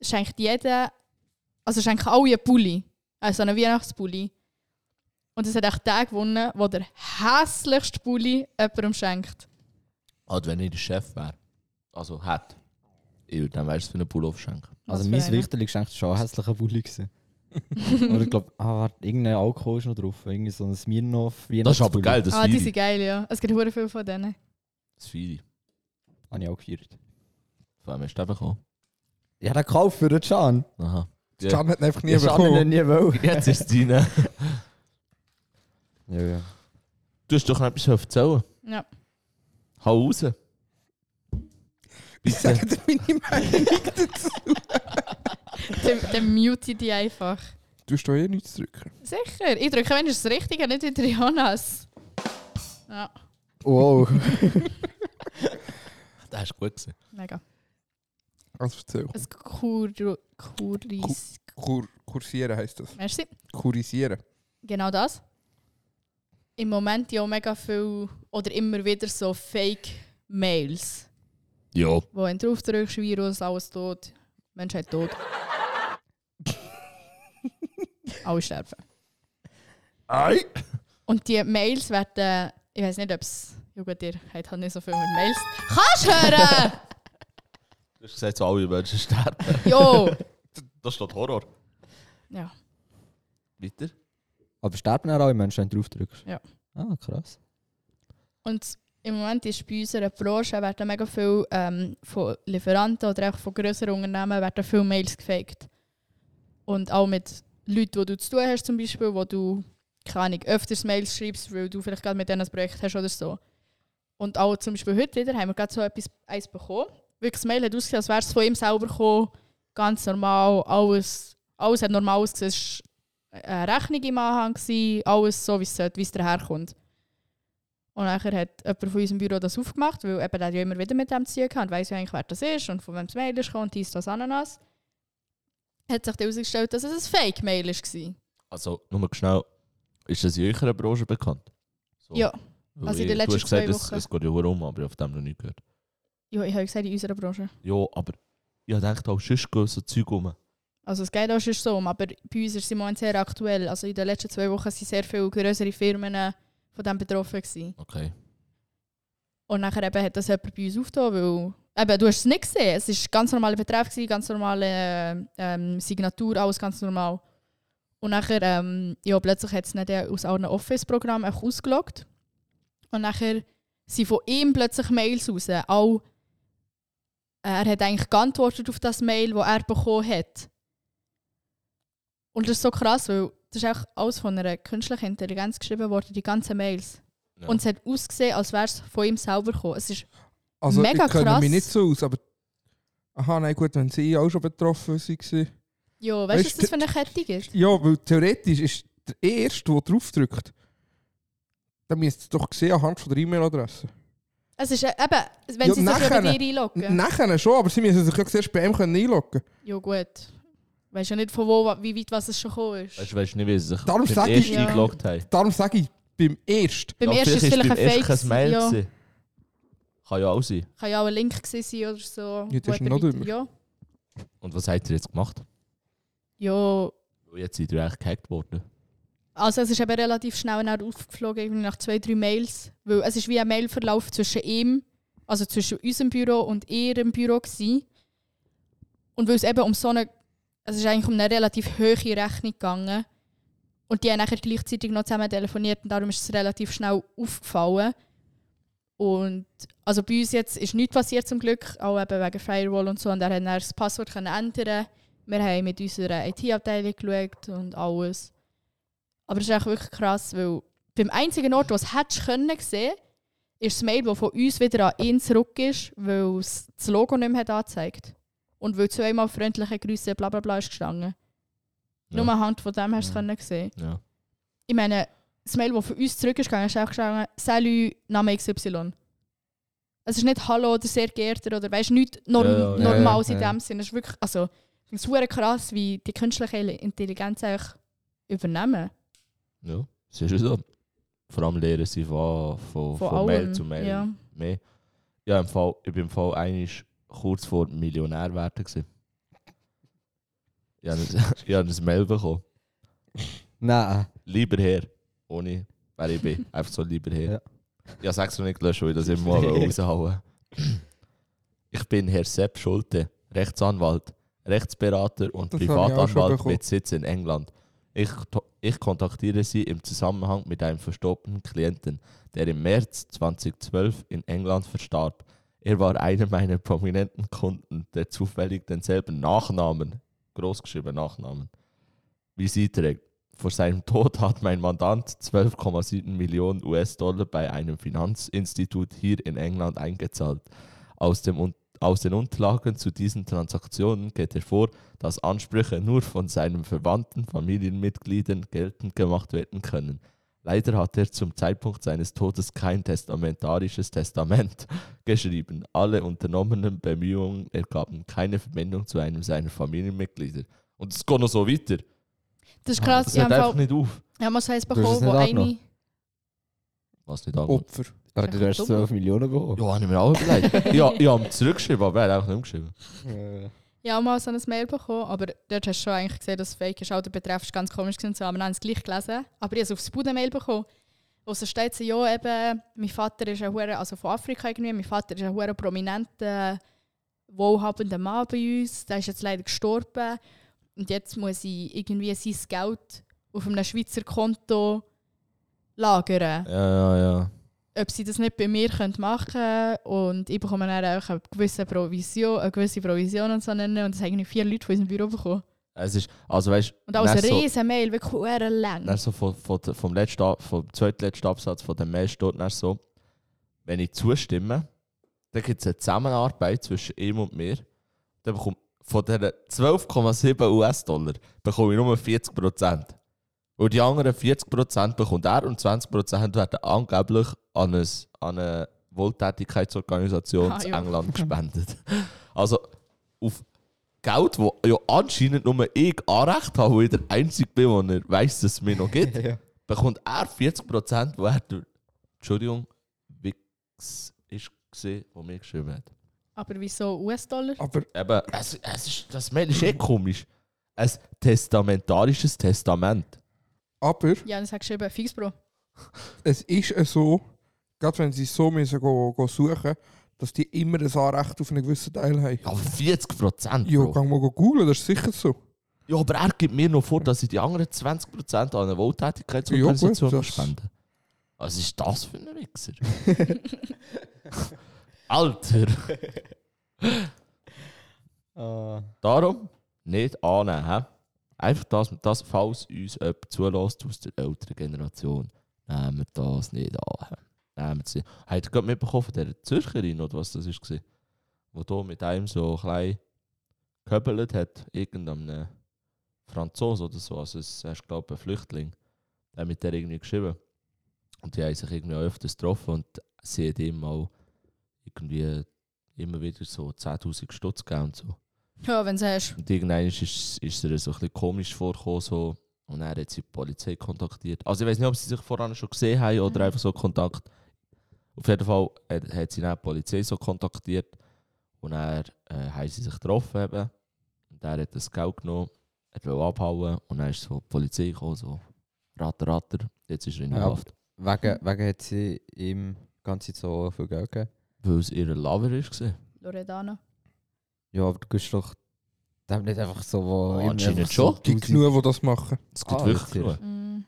Speaker 3: schenkt jeder, also schenkt alle einen Pulli. Also einen Weihnachtspulli. Und es hat auch der gewonnen, wo der hässlichste Pulli jemandem schenkt.
Speaker 6: Also wenn ich der Chef wäre, also hätte, ich würde dann weißt für einen Pullover schenken.
Speaker 1: Also
Speaker 3: für
Speaker 1: mein
Speaker 3: einer.
Speaker 1: Wichterli-Geschenk war schon ein hässlicher Bulli. gewesen. Oder ich glaube, ah, warte, irgendein Alkohol ist noch drauf. Irgendwie so ein Smirnoff.
Speaker 6: Das ist aber
Speaker 1: Weihnachtspulli.
Speaker 6: geil, das
Speaker 3: ah,
Speaker 6: feiere
Speaker 3: die sind
Speaker 6: ich.
Speaker 3: geil, ja. Es gibt hure viele von denen.
Speaker 6: Das feiere ich.
Speaker 1: Habe ich auch gefeiert.
Speaker 6: Von wem hast du den bekommen?
Speaker 1: Ich habe den gekauft für den Can.
Speaker 6: Aha. Ja.
Speaker 2: Can hat ihn einfach nie
Speaker 1: Ich habe ihn
Speaker 2: bekommen.
Speaker 1: nie wollen.
Speaker 6: Jetzt ist es deine.
Speaker 1: Ja, ja.
Speaker 6: Du hast doch noch etwas erzählen.
Speaker 3: Ja.
Speaker 6: Hau raus.
Speaker 2: Ich
Speaker 6: Bitte.
Speaker 2: sage dir meine Meinung.
Speaker 3: Dann, dann mute ich die einfach.
Speaker 2: Du hast doch eh nichts zu drücken.
Speaker 3: Sicher, ich drücke wenigstens das Richtige, nicht wie der Jonas. Ja,
Speaker 1: Wow.
Speaker 6: Das ist gut gewesen.
Speaker 3: mega.
Speaker 2: Also erzähl.
Speaker 3: Ein Kur... Kuris...
Speaker 2: Kur kursieren heisst das.
Speaker 3: Merci.
Speaker 2: Kurisieren.
Speaker 3: Genau das. Im Moment ja auch mega viel oder immer wieder so Fake-Mails,
Speaker 6: Ja.
Speaker 3: wo wenn du drauf drückst, Virus, alles tot, Menschheit tot. alle sterben.
Speaker 6: Ei!
Speaker 3: Und die Mails werden, ich weiß nicht, ob es, ja gut, ihr habt halt nicht so viel mit Mails. Kannst hören!
Speaker 6: Du hast gesagt, so alle Menschen sterben.
Speaker 3: jo!
Speaker 6: Das steht Horror.
Speaker 3: Ja.
Speaker 6: Weiter?
Speaker 1: aber sterben auch alle Menschen, wenn du drauf drückst?
Speaker 3: Ja.
Speaker 1: Ah, krass.
Speaker 3: Und im Moment ist bei unserer Branche werden mega viel ähm, von Lieferanten oder auch von größeren Unternehmen werden viele Mails gefaked. Und auch mit Leuten, die du zu tun hast, zum Beispiel, wo du keine Ahnung, öfters Mails schreibst, weil du vielleicht gerade mit denen ein Projekt hast oder so. Und auch zum Beispiel heute wieder haben wir gerade so etwas eins bekommen, Wirklich, das Mail hat ausgesehen, als wäre es von ihm selber gekommen. Ganz normal, alles, alles hat normal ausgesehen. Es war eine Rechnung im Anhang, gewesen, alles so, wie es sollte, wie es daherkommt. Und nachher hat jemand von unserem Büro das aufgemacht, weil eben der hat ja immer wieder mit dem zu tun gehabt und weiss ja eigentlich, wer das ist und von wem das Mail ist gekommen und dies, das, Ananas. Hat sich dann herausgestellt, dass es ein Fake-Mail war.
Speaker 6: Also, nur schnell, ist das in eurer Branche bekannt? So,
Speaker 3: Ja.
Speaker 6: weil
Speaker 3: also in
Speaker 6: ich-
Speaker 3: den
Speaker 6: Du
Speaker 3: letzten
Speaker 6: hast gesagt,
Speaker 3: zwei
Speaker 6: es-
Speaker 3: Wochen.
Speaker 6: es geht ja rum, aber ich habe dem noch nicht gehört.
Speaker 3: Ja, ich habe gesagt, in unserer Branche.
Speaker 6: Ja, aber ich dachte auch, sonst gehen so Zeug rum.
Speaker 3: Also es geht auch schon so, um, aber bei uns ist es im Moment sehr aktuell. Also in den letzten zwei Wochen waren sehr viele größere Firmen äh, von dem betroffen. Gewesen.
Speaker 6: Okay.
Speaker 3: Und nachher eben hat das jemand bei uns aufgetan, weil eben, du hast es nicht gesehen. Es war ganz normaler Betreff, gewesen, ganz normale äh, ähm, Signatur, alles ganz normal. Und nachher, ähm, ja, plötzlich hat es nicht aus allen Office-Programmen auch ausgeloggt. Und nachher sind von ihm plötzlich Mails raus. Auch, er hat eigentlich geantwortet auf das Mail, das er bekommen hat. Und das ist so krass, weil das ist auch alles von einer künstlichen Intelligenz geschrieben worden, die ganzen Mails.
Speaker 6: Ja.
Speaker 3: Und es hat ausgesehen, als wäre es von ihm selber gekommen. Es ist,
Speaker 2: Also
Speaker 3: Mega
Speaker 2: ich kenne
Speaker 3: krass.
Speaker 2: mich nicht so aus, aber... Aha, nein gut, wenn sie auch schon betroffen waren.
Speaker 3: ja, weißt du, was
Speaker 2: Weißt
Speaker 3: das für eine Kette ist?
Speaker 2: Ja, weil theoretisch ist der Erste, der draufdrückt, der müsst ihr doch sehen anhand von der E-Mail-Adresse.
Speaker 3: Es ist äh, eben, wenn
Speaker 2: Ja,
Speaker 3: sie sich ja bei
Speaker 2: nachher-
Speaker 3: dir einloggen.
Speaker 2: Nachher schon, aber sie müssen sich ja zuerst bei ihm können einloggen
Speaker 3: Ja, gut. Weißt ja nicht, von wo, wie weit was es schon gekommen ist.
Speaker 6: Weißt du, weißt du nicht, wie sie sich
Speaker 2: Darum
Speaker 6: beim
Speaker 2: sag ich-
Speaker 6: ersten
Speaker 3: Ja.
Speaker 6: eingeloggt haben?
Speaker 2: Darum sage ich, beim Ersten.
Speaker 3: beim
Speaker 6: Ja,
Speaker 3: ersten ist es vielleicht
Speaker 6: beim
Speaker 3: ein
Speaker 6: ersten
Speaker 3: Fake.
Speaker 6: kein Mail.
Speaker 3: ja,
Speaker 6: gewesen. Kann ja auch sein.
Speaker 3: kann ja auch ein Link gewesen sein oder so.
Speaker 2: Ja, das
Speaker 3: wo
Speaker 2: ist
Speaker 3: jemand
Speaker 2: noch
Speaker 3: weiter-
Speaker 2: dümmer.
Speaker 3: Ja.
Speaker 6: Und was habt ihr jetzt gemacht?
Speaker 3: ja,
Speaker 6: Weil Jetzt seid ihr eigentlich gehackt worden.
Speaker 3: also es ist eben relativ schnell nachher aufgeflogen, irgendwie nach zwei, drei Mails. Weil es ist wie ein Mailverlauf zwischen ihm, also zwischen unserem Büro und ihrem Büro gewesen. Und weil es eben um so eine, es ist eigentlich um eine relativ hohe Rechnung gegangen. Und die haben nachher gleichzeitig noch zusammen telefoniert und darum ist es relativ schnell aufgefallen. Und also bei uns jetzt ist nichts passiert zum Glück, auch eben wegen Firewall und so. Und er hat dann das Passwort können ändern. Wir haben mit unserer IT-Abteilung geschaut und alles. Aber es ist eigentlich wirklich krass, weil beim einzigen Ort, wo es hättest können sehen, ist das Mail, das von uns wieder an ihn zurück ist, weil es das Logo nicht mehr hat angezeigt. Und weil zweimal freundliche Grüße bla bla bla ist gestanden.
Speaker 6: Ja.
Speaker 3: Nur anhand von dem hast du es
Speaker 6: Ja.
Speaker 3: können sehen.
Speaker 6: Ja.
Speaker 3: Ich meine, das Mail, das von uns zurück ist gegangen, ist auch gestanden, «Salut, Name XY». Es ist nicht «Hallo» oder «Sehr geehrter» oder weißt du, nichts norm
Speaker 6: Ja, ja, ja,
Speaker 3: Normales
Speaker 1: ja,
Speaker 3: in
Speaker 1: ja.
Speaker 3: dem Sinne. Es ist wirklich, also, ich finde es verdammt krass, wie die künstliche Intelligenz eigentlich übernehmen.
Speaker 6: Ja, es ist ja so. Vor allem lernen sie von,
Speaker 3: Von
Speaker 6: von, von,
Speaker 3: allem.
Speaker 6: Mail zu Mail
Speaker 3: Ja.
Speaker 6: mehr. Ja, im Fall, ich bin im Fall eigentlich kurz vor Millionär werden. gewesen. Ich habe ein- ich habe ein Mail bekommen.
Speaker 1: Nein.
Speaker 6: Lieber her. Ohne, wer ich bin. Einfach so lieber her.
Speaker 1: Ja.
Speaker 6: Ich habe es extra nicht gelöscht, weil ich das immer mal raushauen wollte. Ich bin Herr Sepp Schulte, Rechtsanwalt, Rechtsberater und
Speaker 2: Das habe ich auch schon
Speaker 6: Privatanwalt
Speaker 2: bekommen.
Speaker 6: mit Sitz in England. Ich, to- ich kontaktiere Sie im Zusammenhang mit einem verstorbenen Klienten, der im März 2012 in England verstarb. Er war einer meiner prominenten Kunden, der zufällig denselben Nachnamen, großgeschrieben Nachnamen, wie sie trägt. Vor seinem Tod hat mein Mandant 12,7 Millionen US-Dollar bei einem Finanzinstitut hier in England eingezahlt. Aus, dem, Un- aus den Unterlagen zu diesen Transaktionen geht hervor, dass Ansprüche nur von seinen Verwandten, Familienmitgliedern geltend gemacht werden können. Leider hat er zum Zeitpunkt seines Todes kein testamentarisches Testament geschrieben. Alle unternommenen Bemühungen ergaben keine Verbindung zu einem seiner Familienmitglieder. Und es geht noch so weiter.
Speaker 3: Das ist krass,
Speaker 6: Ah, Das
Speaker 3: ich
Speaker 6: hört
Speaker 3: habe
Speaker 6: einfach
Speaker 3: auch-
Speaker 6: nicht auf.
Speaker 3: ich habe mal so eins
Speaker 1: hast es
Speaker 3: bekommen,
Speaker 1: nicht
Speaker 3: wo eine...
Speaker 1: angenommen?
Speaker 6: Was nicht angenommen.
Speaker 2: Opfer.
Speaker 1: Aber du hast
Speaker 3: dumm.
Speaker 1: 12 Millionen bekommen.
Speaker 6: Ja, habe ich mir auch überlegt. ja, ich habe ihm zurückgeschrieben, aber er hat auch nicht geschrieben.
Speaker 1: Äh,
Speaker 3: Ich habe mal so ein Mail bekommen, aber dort hast du schon eigentlich gesehen, dass es fake ist. Auch der Betreff ist ganz komisch gewesen, und so, aber dann haben sie es gleich gelesen. Aber ich habe es aufs Buden-Mail bekommen, wo so steht, so, ja eben, mein Vater ist ein hure, also von Afrika irgendwie, mein Vater ist ein hure prominenter, wohlhabender Mann bei uns, der ist jetzt leider gestorben und jetzt muss ich irgendwie sein Geld auf einem Schweizer Konto lagern.
Speaker 6: Ja, ja, ja.
Speaker 3: Ob sie das nicht bei mir können machen können und ich bekomme dann auch eine gewisse Provision, eine gewisse Provision und so nennen und das haben irgendwie vier Leute von unserem Büro bekommen.
Speaker 6: Es ist, also weißt du,
Speaker 3: Und auch ein
Speaker 6: dann so-
Speaker 3: riesen Mail, wirklich sehr lang.
Speaker 6: dann so von, von, der- vom, letzten, Ab- vom zweitletzten Absatz von dem Mail steht dann so, wenn ich zustimme, Dann gibt es eine Zusammenarbeit zwischen ihm und mir. Dann bekommt von diesen 12,7 US-Dollar bekomme ich nur 40%. Und die anderen 40% bekommt er und 20% werden angeblich an eine, an eine Wohltätigkeitsorganisation
Speaker 3: Ah,
Speaker 6: in
Speaker 3: ja.
Speaker 6: England gespendet. Also auf Geld, wo ja anscheinend nur ich Anrecht habe, weil ich der Einzige bin, der weiß, dass es mir noch gibt
Speaker 1: ja.
Speaker 6: bekommt er 40%, wo er durch, Entschuldigung, Wix ist gesehen, wo mir geschrieben hat.
Speaker 3: Aber wieso US-Dollar?
Speaker 2: Aber
Speaker 6: Eben, es, es ist, das Mail ist eh komisch. Ein testamentarisches Testament.
Speaker 2: Aber
Speaker 3: Ja, das hat geschrieben, fix, Bro.
Speaker 2: es ist ja so, gerade wenn sie so müssen go, go suchen, dass die immer ein Anrecht auf einen gewissen Teil haben.
Speaker 6: Ja, 40%.
Speaker 2: Ja,
Speaker 6: Bro.
Speaker 2: kann mal go googeln, das ist sicher so.
Speaker 6: Ja, aber er gibt mir noch vor, dass ich die anderen 20% an eine Wohltätigkeitsorganisation
Speaker 2: Ja, gut, das-
Speaker 6: spende. Was ist das für ein Wichser? Alter!
Speaker 1: Ah,
Speaker 6: Darum nicht annehmen. hä? Einfach das, das falls uns jemand zulässt aus der älteren Generation, nehmen wir das nicht an. hä? Nehmen Sie. Habt ihr gerade mitbekommen von dieser Zürcherin oder was das war? Wo da mit einem so klein gehöbelt hat, irgendeinem Franzosen oder so. Also, es ist, glaube ein Flüchtling. Der hat mit der irgendwie geschrieben. Und die haben sich irgendwie auch öfters getroffen und sie hat ihm mal irgendwie immer wieder so 10.000 Stutz gegeben und so.
Speaker 3: Ja, wenn du hast.
Speaker 6: Und irgendwann ist, ist, ist er so ein bisschen komisch vorgekommen. So. Und er hat sie die Polizei kontaktiert. Also ich weiß nicht, ob sie sich voran schon gesehen haben oder
Speaker 3: Mhm.
Speaker 6: einfach so Kontakt. Auf jeden Fall hat, hat sie dann die Polizei so kontaktiert. Und dann äh, haben sie sich getroffen. Eben. Und er hat das Geld genommen, hat wollte abhauen. Und dann ist so die Polizei gekommen, so ratter, ratter. Jetzt ist er in
Speaker 1: Ja,
Speaker 6: der Haft.
Speaker 1: wegen, wegen hat sie ihm die ganze Zeit so viel Geld gegeben.
Speaker 6: Weil es ihr Lover war.
Speaker 3: Loredana.
Speaker 1: Ja, aber du gibst doch dem nicht einfach so... wo
Speaker 6: Ah,
Speaker 1: ihm
Speaker 6: anscheinend
Speaker 1: einfach so
Speaker 6: schon.
Speaker 2: Es gibt
Speaker 1: 1000
Speaker 2: genug, die das machen.
Speaker 6: Es gibt
Speaker 1: Ah,
Speaker 6: wirklich
Speaker 1: jetzt
Speaker 6: genug.
Speaker 3: Mm.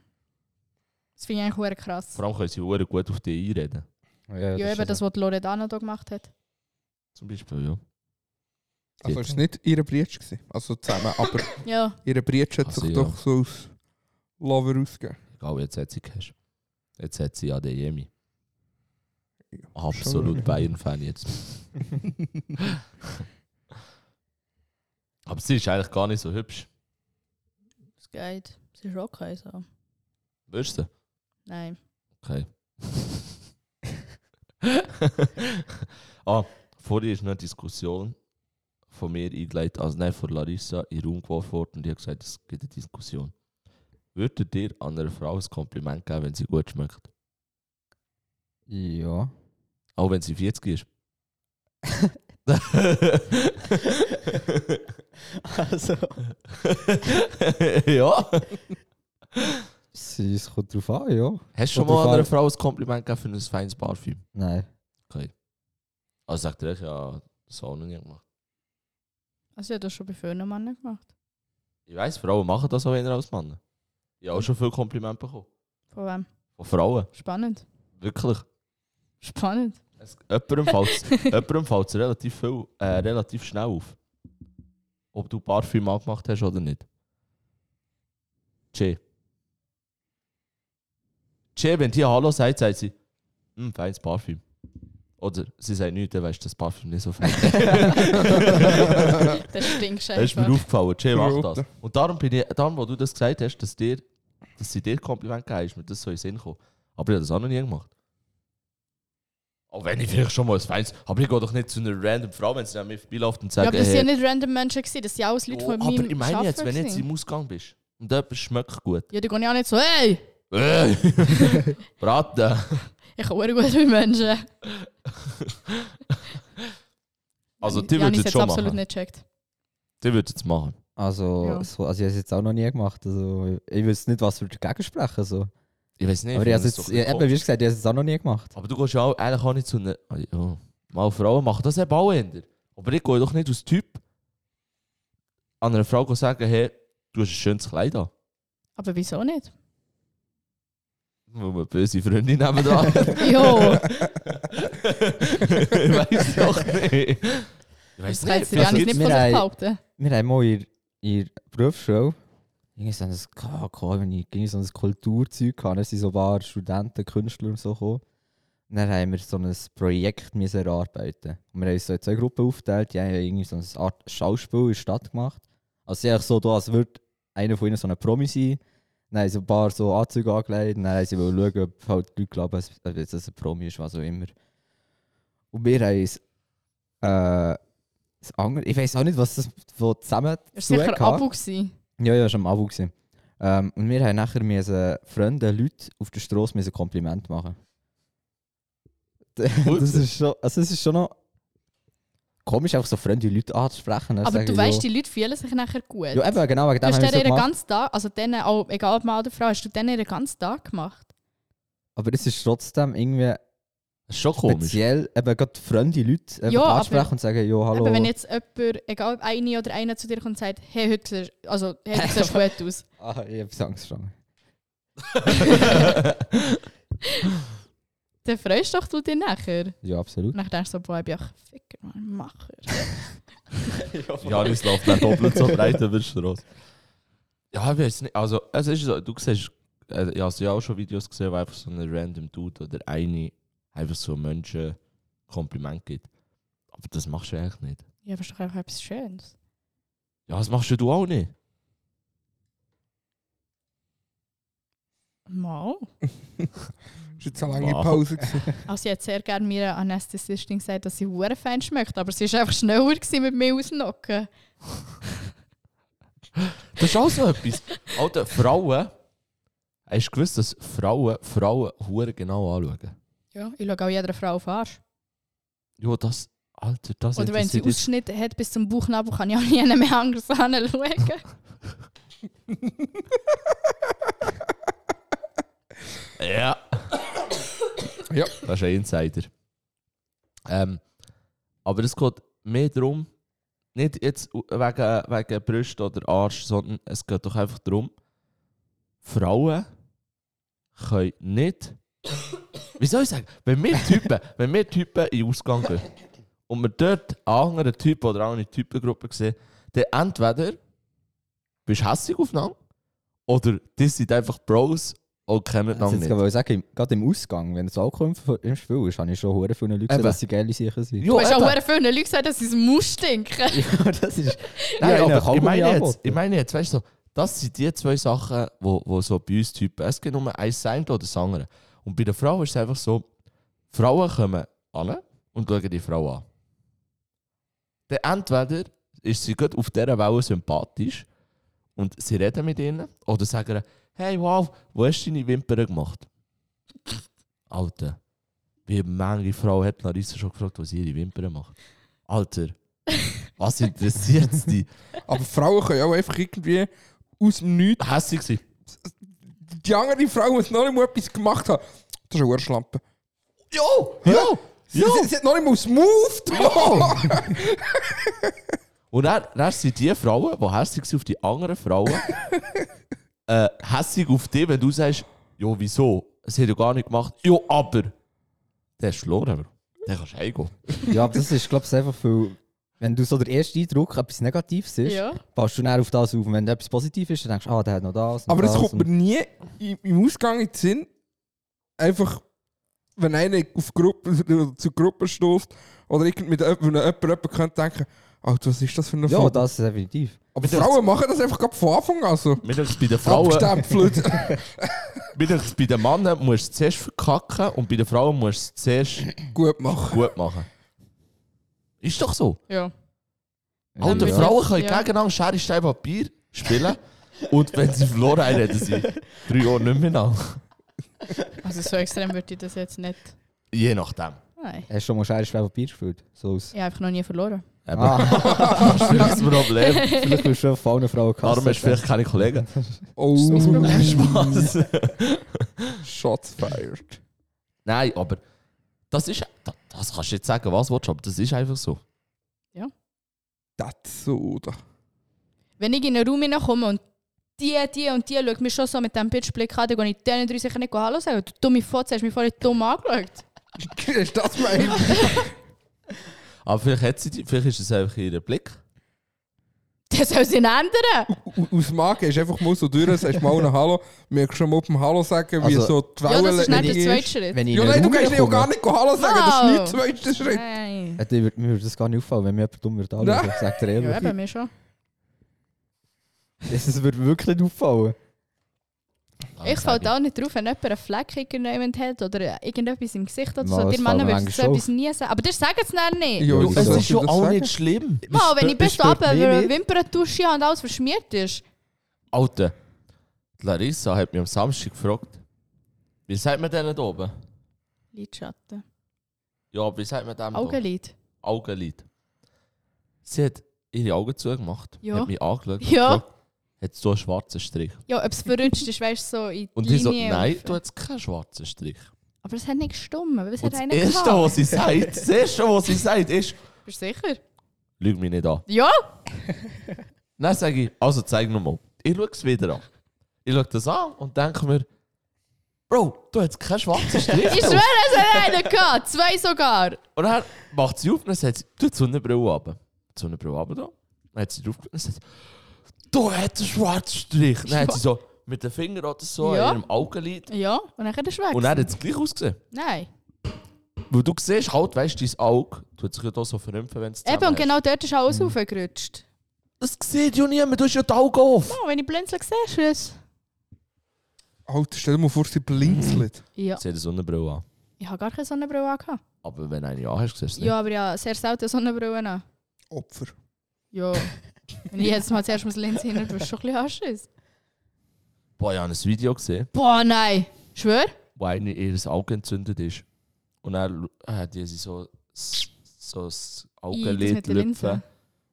Speaker 3: Das finde ich eigentlich huere krass.
Speaker 6: Vor allem können sie hure gut auf die einreden.
Speaker 1: Ja,
Speaker 3: Ja,
Speaker 1: das
Speaker 3: eben
Speaker 1: ist
Speaker 3: das, was die Loredana da gemacht hat.
Speaker 6: Zum Beispiel, ja.
Speaker 2: Also es war nicht ihre Britsch, gewesen. also zusammen, aber
Speaker 3: Ja,
Speaker 2: ihre Britsch hat
Speaker 6: Also,
Speaker 2: sich
Speaker 6: ja.
Speaker 2: doch so aus Lover ausgegeben.
Speaker 6: Egal, jetzt hat sie Cash. Jetzt hat sie Adeyemi.
Speaker 2: Ja,
Speaker 6: Absolut
Speaker 2: schon.
Speaker 6: Bayern-Fan jetzt. Aber sie ist eigentlich gar nicht so hübsch.
Speaker 3: es geht. Es ist okay so.
Speaker 6: Wirst du?
Speaker 3: Nein.
Speaker 6: Okay. ah, vorhin ist noch eine Diskussion von mir eingeleitet, also nein, von Larissa in den Raum geworfen worden und ich habe gesagt, es gibt eine Diskussion. Würdet ihr an einer Frau ein Kompliment geben, wenn sie gut schmeckt?
Speaker 1: Ja.
Speaker 6: Auch wenn sie 40 ist?
Speaker 1: also...
Speaker 6: ja.
Speaker 1: Sie- Es kommt drauf an, ja.
Speaker 6: Hast du schon
Speaker 1: Oder
Speaker 6: mal
Speaker 1: Fall-
Speaker 6: einer Frau ein Kompliment gegeben für ein feines Parfüm?
Speaker 1: Nein.
Speaker 6: Also sagt er, echt, ja, das habe ich noch nie gemacht.
Speaker 3: Also, ich habe das schon bei vielen Männern gemacht.
Speaker 6: Ich weiss, Frauen machen das auch eher als Männer. Ich habe auch schon viel Kompliment bekommen.
Speaker 3: Von wem?
Speaker 6: Von Frauen.
Speaker 3: Spannend.
Speaker 6: Wirklich.
Speaker 3: Spannend.
Speaker 6: Es, jemandem fällt es relativ, viel, äh, relativ schnell auf. Ob du Parfüm angemacht hast oder nicht. Che. Che, wenn die Hallo sagt, sagt sie, hm, feines Parfüm. Oder sie sagt nichts, dann weißt du, das Parfüm nicht so fein.
Speaker 3: Das stinkt
Speaker 6: Das ist mir
Speaker 3: einfach.
Speaker 6: aufgefallen, Jay macht das.
Speaker 2: Rote.
Speaker 6: Und darum bin ich, darum, wo du das gesagt hast, dass, dir, dass sie dir Kompliment geben, ist mir das so in den Sinn gekommen. Aber ich habe das auch noch nie gemacht. Auch wenn ich vielleicht schon mal ein Fans, aber ich gehe doch nicht zu einer random Frau, wenn sie an mir vorbeiläuft und
Speaker 3: Ja,
Speaker 6: sagt,
Speaker 3: aber das
Speaker 6: hey,
Speaker 3: waren nicht random Menschen, gewesen, das waren alles Leute
Speaker 6: oh,
Speaker 3: von
Speaker 6: aber ich
Speaker 3: meinem
Speaker 6: meine jetzt, wenn
Speaker 3: Arbeiten
Speaker 6: jetzt
Speaker 3: gewesen.
Speaker 6: im Ausgang bist und etwas schmeckt gut.
Speaker 3: Ja, da gehe ich auch nicht so, hey,
Speaker 6: Äh, Braten!
Speaker 3: ich kann auch gut mit Menschen.
Speaker 6: Also, die
Speaker 3: Janis
Speaker 6: würden es
Speaker 3: hat's
Speaker 6: schon
Speaker 3: absolut
Speaker 6: machen.
Speaker 3: nicht gecheckt.
Speaker 6: Die würden es machen.
Speaker 1: Also,
Speaker 3: Ja.
Speaker 1: so, also ich habe es jetzt auch noch nie gemacht. Also, ich wüsste nicht, was wir dagegen sprechen. So.
Speaker 6: Ich weiß nicht.
Speaker 1: aber ich
Speaker 6: ich
Speaker 1: habe
Speaker 6: finde
Speaker 1: es
Speaker 6: das
Speaker 1: jetzt,
Speaker 6: so
Speaker 1: ja, eben, wie gesagt, ich habe es jetzt auch noch nie gemacht.
Speaker 6: Aber du gehst ja auch, eigentlich auch nicht zu einer. Ah, Ja. Mal Frauen machen das eben auch ändern. Aber ich gehe doch nicht als Typ an einer Frau sagen, hey, du hast ein schönes Kleid an.
Speaker 3: Aber wieso nicht?
Speaker 6: Weil wir böse Freundin haben da.
Speaker 3: Jo,
Speaker 6: ich weiß doch nicht. Ich weiß
Speaker 3: das kann jetzt der
Speaker 6: nicht.
Speaker 3: Janis
Speaker 6: vielleicht
Speaker 3: nicht
Speaker 6: gibt's-
Speaker 3: von
Speaker 1: Wir
Speaker 3: sich
Speaker 1: haben-
Speaker 3: behaupten.
Speaker 1: Wir haben mal in in der Berufsschule irgendwie so ein, K- K- wenn ich ging so ein Kulturzeug hatte, dann sind so ein paar Studenten, Künstler und so gekommen. Dann haben wir so ein Projekt müssen erarbeiten. Und wir haben uns so in zwei Gruppen aufgeteilt. Die haben irgendwie so eine Art Schauspiel in der Stadt gemacht. Also sie haben so da, als würde einer von ihnen so ein Promi sein. Dann haben sie ein paar so Anzüge angelegt. Dann haben sie wollen schauen, ob halt die Leute glauben, dass- ob jetzt das ein Promi ist, was auch immer. Und wir haben uns... Äh, das andere, ich weiß auch nicht, was das wo zusammen
Speaker 3: Das
Speaker 1: zu
Speaker 3: war
Speaker 1: tun
Speaker 3: sicher
Speaker 1: hatte.
Speaker 3: Abo. gewesen.
Speaker 1: Ja, ja, schon am Abend. gewesen. Ähm, und wir haben nachher müssen Freunde, Leute auf der Straße ein Kompliment machen.
Speaker 6: Gut.
Speaker 1: das, ist schon, also das ist schon noch komisch, einfach so fremde Leute anzusprechen.
Speaker 3: Aber du weißt, die Leute fühlen sich nachher gut.
Speaker 1: Ja, eben, genau, wegen
Speaker 3: du
Speaker 1: dem
Speaker 3: hast
Speaker 1: haben wir
Speaker 3: denen
Speaker 1: so
Speaker 3: ihren
Speaker 1: gemacht.
Speaker 3: ganzen Tag, also denen, auch, egal ob Mann oder Frau, hast du denen ihren ganzen Tag gemacht.
Speaker 1: Aber es ist trotzdem irgendwie
Speaker 6: Das ist schon komisch.
Speaker 1: speziell, eben gerade fremde Leute einfach
Speaker 3: Ja, aber-
Speaker 1: ansprechen und sagen, ja, hallo.
Speaker 3: Eben, wenn jetzt jemand, egal ob eine oder einer zu dir kommt und sagt, hey, heute siehst, also, hey, heute siehst du gut aus.
Speaker 1: ah, ich habe Angst schon.
Speaker 3: Dann freust doch du dich nachher.
Speaker 1: Ja,
Speaker 3: Und
Speaker 1: absolut.
Speaker 3: dann denkst du so, boah, ich bin auch Ficker, Mann, Macher.
Speaker 6: Janis läuft dann doppelt so breit über die Straße. Ja, ich weiß nicht. Also, es ist so, du siehst, äh, ich habe ja auch schon Videos gesehen, wo einfach so ein random Dude oder eine einfach so Menschen Kompliment gibt. Aber das machst du eigentlich nicht.
Speaker 3: Ja, aber es ist doch einfach etwas Schönes.
Speaker 6: Ja, das machst du auch nicht.
Speaker 3: Mal.
Speaker 2: Ist jetzt eine lange
Speaker 6: Wow.
Speaker 2: Pause gewesen.
Speaker 3: Also, ich hätte sehr gerne mir eine Anästhesistin gesagt, dass sie hure fein schmeckt, aber sie war einfach schneller gewesen mit mir ausnocken.
Speaker 6: Das ist auch so etwas. Alter, Frauen. Hast du gewusst, dass Frauen Frauen hure genau anschauen?
Speaker 3: Ja, ich schaue auch jeder Frau auf den Arsch.
Speaker 6: Ja, das. Alter, das
Speaker 3: Oder wenn sie
Speaker 6: interessiert jetzt-
Speaker 3: Ausschnitt hat bis zum Bauchnabel, kann ich auch nie mehr anders anschauen.
Speaker 6: Ja.
Speaker 2: Ja.
Speaker 6: Das ist ein Insider. Ähm, aber es geht mehr darum, nicht jetzt wegen, wegen Brust oder Arsch, sondern es geht doch einfach darum, Frauen können nicht. Wie soll ich sagen? Wenn wir Typen, wenn wir Typen in den Ausgang gehen und wir dort einen anderen Typen oder eine andere Typengruppe sehen, dann entweder bist du hässlich aufeinander oder die sind einfach Bros und kennen
Speaker 1: Also
Speaker 6: einander
Speaker 1: jetzt
Speaker 6: nicht.
Speaker 1: kann ich sagen, im- gerade im Ausgang, wenn das Alkohol im- im Spiel ist, habe ich schon hure viele Leute
Speaker 6: Eben.
Speaker 1: gesehen, dass sie geile sicher sind.
Speaker 6: Ja,
Speaker 3: Du hast auch
Speaker 6: eben.
Speaker 3: hure vielen Leuten gesagt, dass sie es muss stinken.
Speaker 1: Ja, das ist.
Speaker 6: Nein,
Speaker 1: Nein,
Speaker 6: aber ich meine jetzt, ich
Speaker 1: ich
Speaker 6: meine jetzt, weißt du, so, das sind die zwei Sachen, wo, wo so bei uns Typen, es gibt nur eins sein oder das andere. Und bei der Frau ist es einfach so, Frauen kommen an und schauen die Frau an. Dann entweder ist sie gut auf dieser Welle sympathisch und sie reden mit ihnen oder sagen, hey wow, wo hast du deine Wimpern gemacht? Alter, wie manche Frau hat Larissa schon gefragt, was sie ihre Wimpern macht. Alter, was interessiert die?
Speaker 2: Aber Frauen können auch einfach irgendwie aus dem Nichts.
Speaker 6: hässlich gewesen.
Speaker 2: Die andere Frau muss noch nicht mal etwas gemacht haben. Das ist eine Urschlampe.
Speaker 6: Jo! Jo!
Speaker 2: Sie, sie, sie hat noch nicht mal aufs Move getan.
Speaker 6: Und dann, dann sind die Frauen, die hässlich sind auf die anderen Frauen, äh, hässlich auf dich, wenn du sagst, jo, wieso? Es hat ja gar nicht gemacht. Jo, aber! Der ist verloren, aber. Der kannst du heimgehen.
Speaker 1: ja, aber das ist, glaube ich, einfach viel. Wenn du so der erste Eindruck etwas Negatives ist,
Speaker 3: Ja.
Speaker 1: passt du näher auf das auf. Und wenn du etwas Positives ist, dann denkst du, ah, der hat noch das. Noch
Speaker 2: Aber
Speaker 1: das
Speaker 2: es kommt mir
Speaker 1: und-
Speaker 2: nie im- im Ausgang in den Sinn, einfach, wenn einer auf Gruppe, oder zu Gruppen stößt oder irgend mit jemandem, wenn jemand, jemand könnte denken, Alter, was ist das für eine
Speaker 1: Ja,
Speaker 2: Frau?
Speaker 1: das ist definitiv.
Speaker 2: Aber Frauen machen das einfach gerade von Anfang an also. so.
Speaker 6: Mir denkt bei den Frauen,
Speaker 2: Abgestempelt.
Speaker 6: mir denkt's, bei den Männern musst du zuerst verkacken und bei den Frauen musst du zuerst
Speaker 2: Gut machen.
Speaker 6: gut machen. Ist doch so.
Speaker 3: Ja.
Speaker 6: Alter,
Speaker 1: ja.
Speaker 6: Frauen können
Speaker 3: Ja.
Speaker 6: gegeneinander Schere, Stein, Papier spielen. Und wenn sie verloren haben, reden sie drei Jahre nicht mehr nach.
Speaker 3: Also so extrem würde ich das jetzt nicht.
Speaker 6: Je nachdem.
Speaker 3: Nein.
Speaker 1: Hast du schon mal Schere, Schwer, Papier gespielt? So aus.
Speaker 3: Ich habe einfach noch nie verloren.
Speaker 6: Eben.
Speaker 1: Ah,
Speaker 6: Das ist vielleicht das Problem.
Speaker 1: vielleicht bist du schon von allen Frauen gehasst.
Speaker 6: Darum hast du vielleicht keine Kollegen.
Speaker 2: Oh,
Speaker 6: Spaß.
Speaker 2: Shots fired.
Speaker 6: Nein, aber das ist. da- Das kannst du jetzt sagen, was du willst, aber das ist einfach so.
Speaker 2: That's so, da.
Speaker 3: Wenn ich in einen Raum hineinkomme und die, die und die schauen mich schon so mit diesem Bitchblick an, dann gehe ich denen drei sicher nicht Hallo sagen. Du dumme Fotze, hast mich vorher dumm angeschaut.
Speaker 2: Ist das mein...
Speaker 6: Aber vielleicht, hat sie die, vielleicht ist es einfach ihr Blick.
Speaker 3: Das soll sie ihn ändern.
Speaker 2: Au- Aus dem Magen ist einfach mal so durch, sagst mal ein Hallo, merkst schon mal beim Hallo sagen, wie
Speaker 1: Also-
Speaker 2: so die
Speaker 3: Ja, das ist
Speaker 2: Wellen
Speaker 3: nicht der
Speaker 2: ist.
Speaker 3: zweite Schritt.
Speaker 1: Wenn ich
Speaker 2: Ja,
Speaker 1: in
Speaker 2: nein,
Speaker 1: einen
Speaker 2: du
Speaker 1: Raum
Speaker 2: kannst nicht auch
Speaker 1: komme,
Speaker 2: gar nicht Hallo sagen, das ist
Speaker 3: Wow.
Speaker 2: nicht der zweite Schritt.
Speaker 3: Nein.
Speaker 1: äh, dann würde- Mir würde das gar nicht auffallen, wenn mir jemand dumm würde anschauen.
Speaker 2: Nein.
Speaker 1: Sagt er
Speaker 3: Ja,
Speaker 1: ehrlich.
Speaker 3: eben, mir schon.
Speaker 1: Das würde mir wirklich nicht auffallen.
Speaker 3: Ich falle da auch nicht drauf, wenn jemand einen Fleck irgendjemand hat oder irgendetwas im Gesicht oder
Speaker 1: Mal,
Speaker 3: so.
Speaker 1: es
Speaker 3: Dir
Speaker 1: fällt
Speaker 3: Männer
Speaker 1: mir
Speaker 3: würdest du so
Speaker 1: manchmal
Speaker 3: etwas nie sagen. Aber dir sagen es dann nicht.
Speaker 1: Ja,
Speaker 6: Du, es
Speaker 1: wieso?
Speaker 6: ist schon
Speaker 2: Das
Speaker 6: auch
Speaker 2: sagen?
Speaker 6: nicht schlimm.
Speaker 3: Mal, wenn ich
Speaker 6: Das
Speaker 3: bis
Speaker 6: stört
Speaker 3: oben
Speaker 6: mich nicht.
Speaker 3: Wimperntusche habe und alles verschmiert ist.
Speaker 6: Alter, die Larissa hat mich am Samstag gefragt, wie sagt man denen da oben?
Speaker 3: Lidschatten.
Speaker 6: Ja, wie sagt man dem da?
Speaker 3: Augenlid.
Speaker 6: Augenlid. Sie hat ihre Augen zugemacht,
Speaker 3: Ja.
Speaker 6: hat mich angeschaut und
Speaker 3: Ja.
Speaker 6: gefragt, hättest du einen schwarzen Strich?
Speaker 3: Ja, ob es verwünscht ist, weißt du, so in die
Speaker 6: Und ich
Speaker 3: Linie.
Speaker 6: so, nein,
Speaker 3: rauf.
Speaker 6: du hast keinen schwarzen Strich.
Speaker 3: Aber es hat nicht gestummen, weil es
Speaker 6: Und
Speaker 3: hat
Speaker 6: das
Speaker 3: einer
Speaker 6: Erste,
Speaker 3: gehabt.
Speaker 6: was sie sagt, das Erste, was sie sagt, ist,
Speaker 3: Bist du sicher?
Speaker 6: lüg mich nicht an.
Speaker 3: Ja!
Speaker 6: Dann sage ich, also zeig nochmal. Ich schaue es wieder an. Ich schaue das an und denke mir, Bro, du hast keinen schwarzen Strich.
Speaker 3: Ich
Speaker 6: drauf.
Speaker 3: schwöre, es hat einer gehabt. Zwei sogar.
Speaker 6: Und dann macht sie auf und dann sagt sie, du die Sonnenbrille runter. Die Sonnenbrille runter da. Dann hat sie drauf und dann sagt sie, du hast einen schwarzen Strich. Dann hat sie so mit dem Finger oder so
Speaker 3: Ja.
Speaker 6: in ihrem Augenlid.
Speaker 3: Ja, und dann hat er schwächst.
Speaker 6: Und dann hat es gleich ausgesehen.
Speaker 3: Nein.
Speaker 6: Weil du siehst halt, weißt du, dein Auge tut sich ja da so vernünftig, wenn es
Speaker 3: Eben, und genau dort ist alles raufgerutscht.
Speaker 6: Das sieht ja niemand, du hast ja die Augen auf.
Speaker 3: Oh, wenn ich blinzeln siehst du es.
Speaker 2: Alter, Halt, stell dir mal vor, sie blinzelt.
Speaker 3: Ja.
Speaker 6: Sieh die Sonnenbrille an.
Speaker 3: Ich habe gar keine Sonnenbrille angehabt.
Speaker 6: Aber wenn du eine an hast, siehst du es nicht.
Speaker 3: Ja, aber ja, sehr selten Sonnenbrille an.
Speaker 2: Opfer.
Speaker 3: Ja. Wenn ich jetzt mal zuerst mal das Linz hinter, bist du schon ein bisschen Haschis.
Speaker 6: Boah, ich habe ein Video gesehen,
Speaker 3: Boah, nein. Schwör?
Speaker 6: wo eine ihr Auge entzündet ist. Und dann hat die sie so, so das
Speaker 3: das mit
Speaker 6: Augenlid
Speaker 3: der
Speaker 6: lüpfen.
Speaker 3: Linse.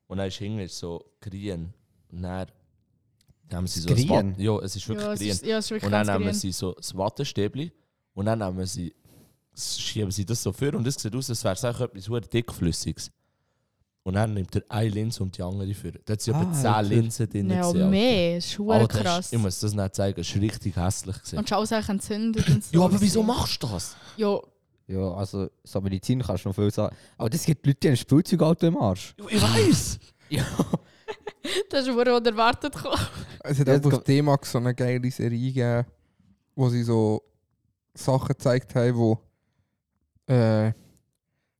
Speaker 6: Und dann ist hinten so grün. Und dann haben sie so
Speaker 1: Grün?
Speaker 6: Watt- Ja, es ist wirklich
Speaker 3: Ja, es
Speaker 6: grün.
Speaker 3: ist, ja, es ist wirklich
Speaker 6: und dann
Speaker 3: ganz
Speaker 6: nehmen
Speaker 3: grün.
Speaker 6: sie so das Wattestäbli und dann nehmen sie, schieben sie das so vor und es sieht aus, als wäre es eigentlich etwas verdammt dickflüssiges. Und dann nimmt er eine Linse und die andere für. Da hat sie etwa
Speaker 1: Ah,
Speaker 6: 10
Speaker 1: Alter.
Speaker 6: Linsen drin.
Speaker 3: Ja,
Speaker 6: gesehen, Alter.
Speaker 3: mehr. Es ist
Speaker 6: Alter,
Speaker 3: schwer
Speaker 6: das ist-
Speaker 3: krass.
Speaker 6: Ich muss das nicht zeigen, es war richtig hässlich. Gewesen.
Speaker 3: Und schau, es ist entzündet. und so.
Speaker 6: Ja, aber wieso machst du das?
Speaker 3: Ja,
Speaker 1: Ja, also, so Medizin kannst du noch viel sagen. Aber das gibt Leute, die haben Spielzeugalter im Arsch.
Speaker 6: Ja, Ich weiß!
Speaker 3: das ist, wo erwartet kam.
Speaker 2: Es hat
Speaker 1: Ja,
Speaker 2: einfach
Speaker 1: das-
Speaker 2: auf D-Max so eine geile Serie gegeben, wo sie so Sachen gezeigt haben, wo äh,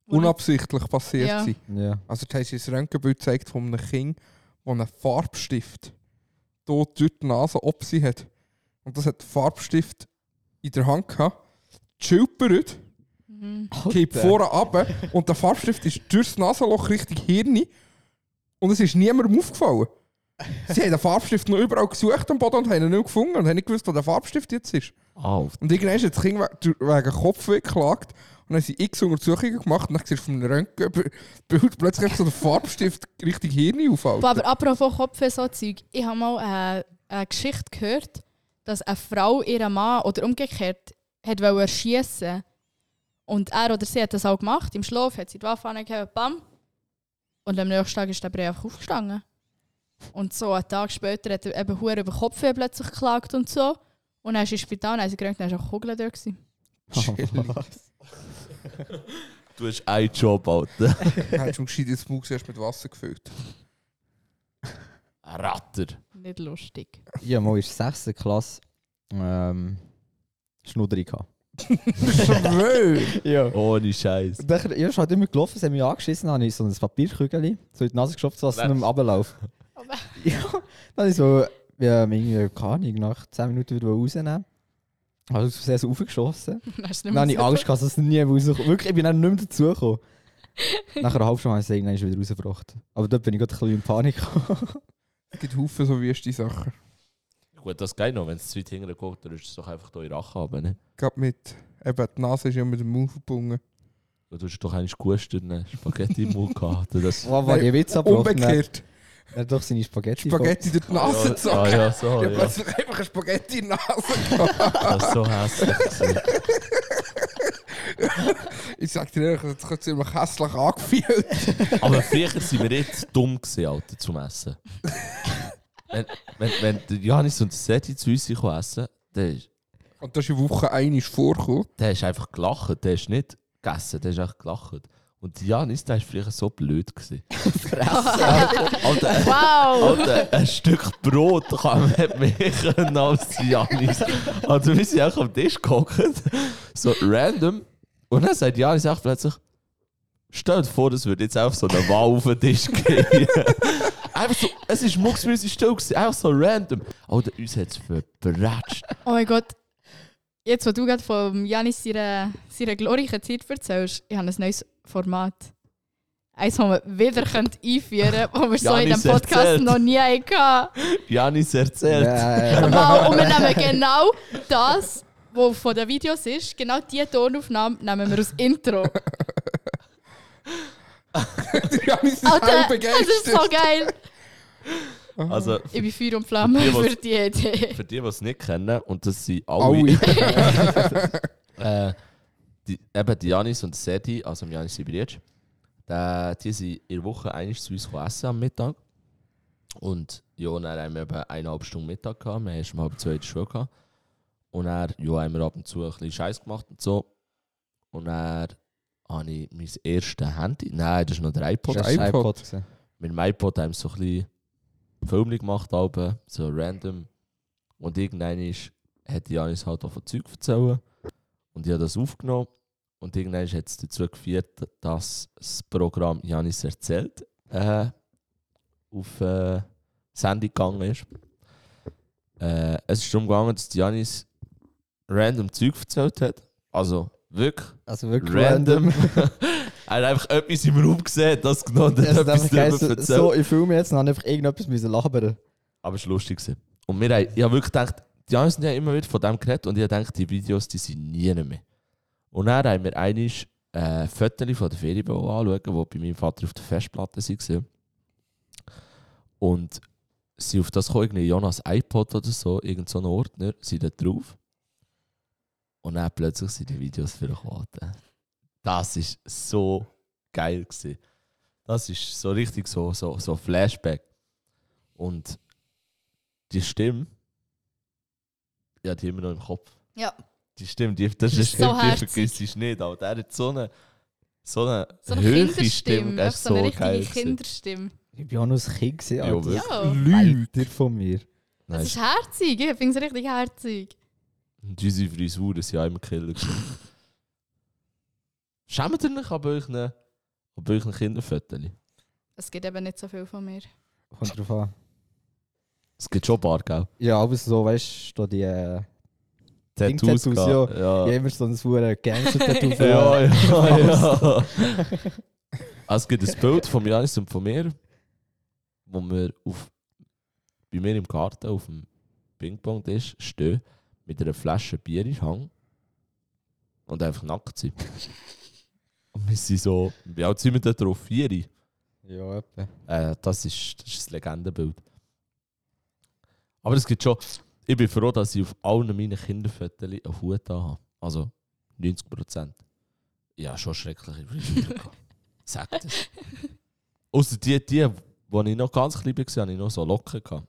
Speaker 2: unabsichtlich passiert
Speaker 3: Ja.
Speaker 2: sind.
Speaker 1: Ja.
Speaker 2: Also da haben sie ein Röntgenbild gezeigt von einem Kind, wo einen Farbstift hier durch die Nase ob sie hat. Und das hat der Farbstift in der Hand gehabt, chilpert,
Speaker 3: Mhm.
Speaker 2: geht vorne runter und der Farbstift ist durchs Nasenloch Richtung Hirn und es ist niemandem aufgefallen. Sie haben den Farbstift noch überall gesucht am Boden und haben ihn nicht gefunden und haben nicht gewusst, wo der Farbstift jetzt ist.
Speaker 6: Auf.
Speaker 2: Und irgendwann ist das Kind we- durch- wegen Kopfweh geklagt und dann haben sie x Untersuchungen gemacht und dann siehst du vom Röntgenbild plötzlich so den Farbstift richtig Hirn
Speaker 3: Boah,
Speaker 2: aufhalten.
Speaker 3: aber apropos Kopf so Zeug. Ich habe mal äh, eine Geschichte gehört, dass eine Frau ihren Mann oder umgekehrt hat wollte erschiessen Und er oder sie hat das auch gemacht. Im Schlaf hat sie die Waffe angehabt, bam. Und am nächsten Tag ist der Brief einfach aufgestanden. Und so einen Tag später hat er eben Huren über Kopfweh plötzlich geklagt und so. Und dann ist er ins Spital, dann haben sie gedacht, dann war eine Kugel da. gewesen.
Speaker 1: Oh,
Speaker 6: Du hast einen Job, Alter.
Speaker 2: Dann hast du ihm gescheit ins Maul zuerst mit Wasser gefüllt.
Speaker 6: Ein Ratter.
Speaker 3: Nicht lustig.
Speaker 1: Ja, mal in der 6. Klasse ähm, Schnudderung gehabt.
Speaker 2: Schwör!
Speaker 1: Ja.
Speaker 6: Ohne Scheiß.
Speaker 1: Und dann, ja, ist halt immer gelaufen, sie haben mich angeschissen, dann habe ich so ein Papierkügel so in die Nase geschopft, dass es
Speaker 6: Was?
Speaker 1: nicht mehr runterläuft.
Speaker 3: Aber-
Speaker 1: ja, dann habe ich so, ja, irgendwie, keine Ahnung, nach 10 Minuten wieder rausnehmen. Habe ich sehr so raufgeschossen.
Speaker 3: Dann hast du
Speaker 1: Dann
Speaker 3: nicht mehr
Speaker 1: habe ich
Speaker 3: so-
Speaker 1: Angst, gehabt, dass es nie rauskommt. Wirklich, ich bin dann nicht mehr dazugekommen. Nach einer halben Stunde habe ich es irgendwann wieder rausgebracht. Aber dort bin ich gerade ein bisschen in Panik gekommen.
Speaker 2: Es gibt Haufen so wüste Sachen.
Speaker 6: Gut, das geht noch. Wenn es zu weit hinten geht, dann ist es doch einfach hier in den Rachen haben. Ne?
Speaker 2: Gerade mit, eben die Nase ist ja mit dem Mund verbunden.
Speaker 6: Du hast doch eigentlich gehustet, ne? Spaghetti im Mund gehabt. Das
Speaker 1: Wow, war ich einen Witz abgebrochen? Nein,
Speaker 2: Umgekehrt,
Speaker 1: Er hat doch seine Spaghetti.
Speaker 2: Spaghetti durch die Nase
Speaker 6: ja,
Speaker 2: gezogen.
Speaker 6: ah, ja, so,
Speaker 2: Ich
Speaker 6: ja.
Speaker 2: hab plötzlich einfach eine Spaghetti in die Nase gehabt.
Speaker 6: Das ist so hässlich. gewesen.
Speaker 2: Ich sag dir ehrlich, das hat ziemlich hässlich angefühlt.
Speaker 6: Aber früher sind wir jetzt dumm gewesen, Alter, zum Essen. wenn, wenn, wenn der Janis und der Seti zu uns gekommen essen, der, ist-
Speaker 2: Und das ist in Woche einmal vorgekommen.
Speaker 6: der ist einfach gelacht. Der ist nicht gegessen, der ist einfach gelacht. Und Janis, der war früher so blöd. Gewesen. Alter,
Speaker 3: wow!
Speaker 6: Alter, ein Stück Brot kann man mehr können als Janis. Also wir sind einfach am Tisch gekommen, so random. Und dann sagt Janis auch plötzlich, stell dir vor, das würde jetzt auf so eine Wahl auf den Tisch gehen. einfach so, es ist mucksmäusig still gewesen, einfach so random. Alter, uns hat es verbratscht.
Speaker 3: Oh mein Gott. Jetzt, wo du gerade von Janis seiner, seiner glorreichen Zeit erzählst, ich habe ein neues Format. Eins, das wir wieder könnt einführen können, das wir so in
Speaker 6: Janis
Speaker 3: diesem Podcast
Speaker 6: erzählt.
Speaker 3: noch nie hatten.
Speaker 6: Janis erzählt.
Speaker 1: Nein.
Speaker 3: Wow, und wir nehmen genau das, was von den Videos ist, genau diese Tonaufnahme nehmen wir als Intro.
Speaker 2: Janis ist halb
Speaker 3: Alter, es ist so
Speaker 2: begeistert.
Speaker 3: geil.
Speaker 6: Also
Speaker 3: Ich bin Feuer und Flamme
Speaker 6: Für die, was-
Speaker 3: für die Idee.
Speaker 6: für die, die es nicht kennen, und das sind
Speaker 2: Alle.
Speaker 6: alle, äh, die, eben die Janis und Sedi, also dem Janis Sibiric, der- die sind in der Woche einmal zu uns gekommen essen am Mittag. Und ja, und dann haben wir eben eineinhalb Stunden Mittag gehabt, wir haben schon um halb zwei in der Schule gehabt. Und dann ja, haben wir ab und zu ein bisschen Scheiß gemacht und so. Und dann habe ich mein erstes Handy, nein, das war noch der iPod.
Speaker 1: Das war ein
Speaker 2: iPod.
Speaker 1: iPod. gewesen.
Speaker 6: mit dem iPod haben wir so ein bisschen Filme gemacht, Alben, so random. Und irgendwann ist, hat Janis halt auch von Zeug erzählen. Und ich habe das aufgenommen. Und irgendwann hat es dazu geführt, dass das Programm Janis erzählt äh, auf äh, Sendung gegangen ist. Äh, es ist darum gegangen, dass Janis random Zeug erzählt hat. Also wirklich
Speaker 1: Also wirklich
Speaker 6: random.
Speaker 1: random.
Speaker 6: er hat einfach etwas im Raum gesehen, das genommen und
Speaker 1: Das hat
Speaker 6: etwas
Speaker 1: einfach
Speaker 6: darüber
Speaker 1: geheißen,
Speaker 6: erzählt.
Speaker 1: so in Filmen jetzt, dann habe ich einfach irgendetwas müssen labern.
Speaker 6: Aber es war lustig. gewesen. Und wir haben, ich habe wirklich gedacht, die anderen haben immer wieder von dem geredet und ich habe gedacht, die Videos die sind nie mehr. Und dann haben wir einmal äh, Fotos von der Ferienbau anschauen, die bei meinem Vater auf der Festplatte waren. Und sie auf das kam irgendwie Jonas iPod oder so, irgend so ein Ordner, sind da drauf. Und dann plötzlich sind die Videos für Quote. Das war so geil. Gewesen. Das ist so richtig so, so, so Flashback. Und die Stimme, ja, die immer noch im Kopf.
Speaker 3: Ja.
Speaker 6: Die Stimme, die, das ist
Speaker 3: So
Speaker 6: eine Stimme, die
Speaker 3: herzig.
Speaker 6: vergisst du nicht. Aber der hat so eine, so eine,
Speaker 3: So eine
Speaker 6: höhere
Speaker 3: Kinderstimme,
Speaker 6: Das
Speaker 3: einfach
Speaker 6: ist
Speaker 3: so eine
Speaker 6: geil
Speaker 3: richtige
Speaker 6: gewesen.
Speaker 3: Kinderstimme.
Speaker 1: Ich war auch noch ein Kind. Gewesen,
Speaker 6: Ja,
Speaker 1: Alter.
Speaker 6: wirklich.
Speaker 3: Ja.
Speaker 1: Leute von mir.
Speaker 6: Nein,
Speaker 3: Es ist herzig, ich finde es richtig herzig.
Speaker 6: Und unsere Frisuren sind auch immer Killer. gewesen. Schämt ihr euch ab euren, ab euren Kinderfotos?
Speaker 3: Es gibt eben nicht so viel von mir.
Speaker 1: Kommt drauf an.
Speaker 6: Es gibt schon ein paar, gell?
Speaker 1: Ja, aber so, weißt du, da die. Äh, Ding
Speaker 6: Tattoos,
Speaker 1: Tattoos,
Speaker 6: gell?
Speaker 1: ja.
Speaker 6: ja.
Speaker 1: immer so ein verdammtes Gangster-Tattoo.
Speaker 6: Ja, ja, ja. Also, es gibt ein Bild von Janis und von mir, wo wir auf, bei mir im Garten auf dem Ping-Pong-Tisch stehen, mit einer Flasche Bier in Hang und einfach nackt sind. Und wir sind so, wie alt sind wir da drauf? Vieri.
Speaker 1: Ja, etwa.
Speaker 6: Äh, das, ist, das ist ein Legendenbild. Aber es gibt schon. Ich bin froh, dass ich auf allen meinen Kinderfotos einen Hut habe. Also 90 Prozent. Ja, schon schreckliche Frisuren. gehabt. Sag das. Außer die, die, wo ich noch ganz klein war, hatte ich noch so Locken. gehabt.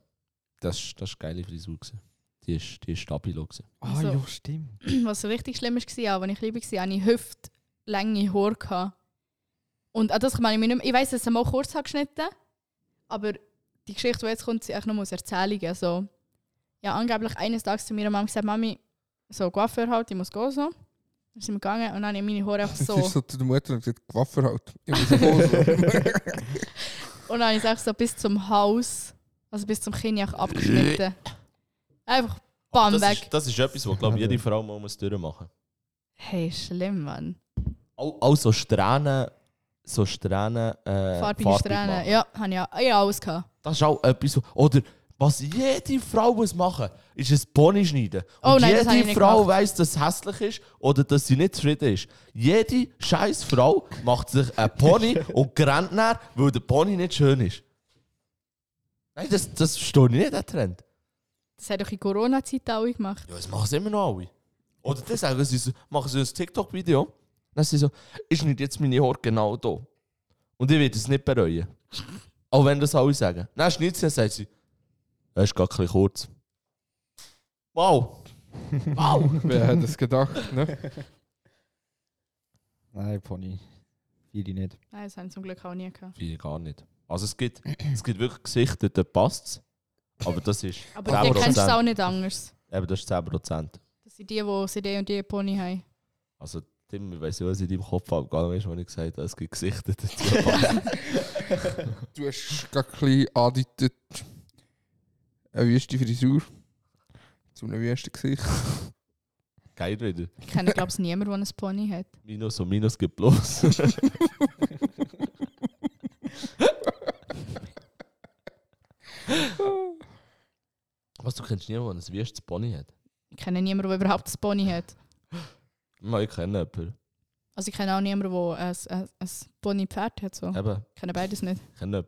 Speaker 6: Das war das ist eine geile Frisur. gewesen. Die war die ist stabil. gewesen.
Speaker 1: Ah,
Speaker 3: So.
Speaker 1: ja, stimmt.
Speaker 3: Was so richtig schlimm war, auch als ich klein war, hatte ich hüftlänge Haare. gehabt. Und an das kann ich mich nicht mehr... Ich weiss, dass ich mal kurz habe geschnitten aber die Geschichte, die jetzt kommt, sind eigentlich nur aus Erzählungen. Also, ja, angeblich eines Tages zu meiner Mama gesagt, Mami, so Coiffeur halt, ich muss gehen. So. Dann sind wir gegangen und dann habe ich meine Haare einfach
Speaker 2: Es
Speaker 3: so...
Speaker 2: ist so zu der Mutter und gesagt, Waffe halt. Ich muss Hose.
Speaker 3: Und dann habe ich es einfach so bis zum Haus, also bis zum Kinn einfach abgeschnitten. Einfach bam
Speaker 6: das,
Speaker 3: weg.
Speaker 6: ist, das ist etwas, was glaube ich, jede Frau mal muss durchmachen muss.
Speaker 3: Hey, schlimm, Mann.
Speaker 6: Auch, auch so Strähnen. So Strähnen. Äh,
Speaker 3: Farbige
Speaker 6: farbig
Speaker 3: Strähnen.
Speaker 6: machen.
Speaker 3: Ja, habe ich auch. Ich habe alles gehabt.
Speaker 6: Das ist auch etwas, wo- oder was jede Frau muss machen, ist ein Pony schneiden.
Speaker 3: Oh
Speaker 6: Und
Speaker 3: nein, das habe ich
Speaker 6: jede
Speaker 3: nicht
Speaker 6: Frau
Speaker 3: gemacht.
Speaker 6: weiss, dass es hässlich ist oder dass sie nicht zufrieden ist. Jede scheiß Frau macht sich ein Pony und rennt nach, weil der Pony nicht schön ist. Nein, das, das verstehe ich nicht, der Trend.
Speaker 3: Das hat doch in Corona-Zeit alle gemacht.
Speaker 6: Ja, das machen sie immer noch alle. Oder das sagen sie, so- machen sie ein TikTok-Video, dann sind sie so, ist nicht jetzt meine Haare genau da. Und ich werde es nicht bereuen. Auch wenn das alle sagen. Dann schneidet sie, dann sagt sie, das ist gar ein bisschen kurz. Wow! Wow!
Speaker 2: Wer hätte das gedacht? Ne?
Speaker 1: Nein, Pony. Vier nicht.
Speaker 3: Nein, das haben wir zum Glück auch nie gehabt.
Speaker 6: Viele gar nicht. Also es gibt, es gibt wirklich Gesichter, da passt es. Aber das ist
Speaker 3: Aber
Speaker 6: Zehn
Speaker 3: die kennst du
Speaker 6: Prozent.
Speaker 3: auch nicht anders.
Speaker 6: eben das ist 10%.
Speaker 3: Das sind die, die CD und die Pony haben.
Speaker 6: Also Tim, ich weiss nicht, was in deinem Kopf abgegangen ist, wenn ich gesagt habe, es gibt Gesichter dazu. passen.
Speaker 2: Du hast gerade ein bisschen angedeutet. Eine wüste Frisur. Zu einem wüsten Gesicht.
Speaker 6: Geil wieder.
Speaker 3: Ich kenne, glaube ich, niemanden, der ein Pony hat.
Speaker 6: Minus und Minus gibt Plus. was, du kennst niemanden, der ein wüstes Pony hat?
Speaker 3: Ich kenne niemanden, der überhaupt ein Pony hat.
Speaker 6: Ja, ich kenne jemanden.
Speaker 3: Also ich kenne auch niemanden, der ein, ein, ein Pony-Pferd hat. So.
Speaker 6: Eben,
Speaker 3: Ich kenne beides nicht.
Speaker 6: ich kenne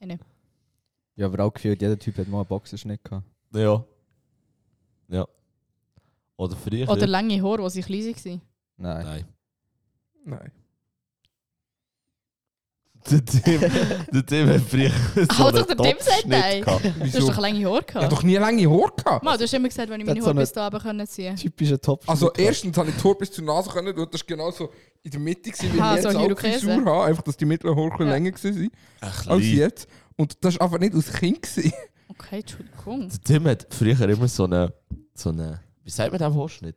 Speaker 6: jemanden.
Speaker 1: Ja, aber auch gefühlt, jeder Typ hat mal einen Boxerschnitt gehabt.
Speaker 6: Ja. Ja. Oder vielleicht...
Speaker 3: Oder lange Haare, die sie klein waren.
Speaker 1: Nein.
Speaker 6: Nein.
Speaker 2: Nein.
Speaker 6: Der Tim, der Tim hat früher so
Speaker 3: Also,
Speaker 6: einen
Speaker 3: der Tim sagt
Speaker 6: Topfschnitt
Speaker 3: nein.
Speaker 6: gehabt.
Speaker 3: Du hast
Speaker 2: Wieso?
Speaker 3: doch lange Haare
Speaker 2: Ich hab
Speaker 3: gehabt.
Speaker 2: doch nie lange Haare gehabt.
Speaker 3: Mann, du hast immer gesagt, wenn ich
Speaker 1: Das
Speaker 3: meine
Speaker 1: hat
Speaker 3: Haare
Speaker 1: so eine-
Speaker 3: bis hier können ziehen
Speaker 1: Typischer Top.
Speaker 2: Also erstens habe ich die Haare bis zur Nase können und das war genau so in der Mitte, gewesen, wie
Speaker 3: Ah,
Speaker 2: ich
Speaker 3: so
Speaker 2: jetzt auch die
Speaker 3: Hirokesen.
Speaker 2: Frisur habe. Einfach, dass die mittleren Haare ein bisschen
Speaker 3: Ja.
Speaker 2: länger waren
Speaker 6: Ein
Speaker 2: als
Speaker 6: bisschen.
Speaker 2: jetzt. Und das war einfach nicht als Kind. Gewesen.
Speaker 3: Okay, Entschuldigung.
Speaker 6: Der Tim hat früher immer so einen, so einen wie sagt man den Haarschnitt?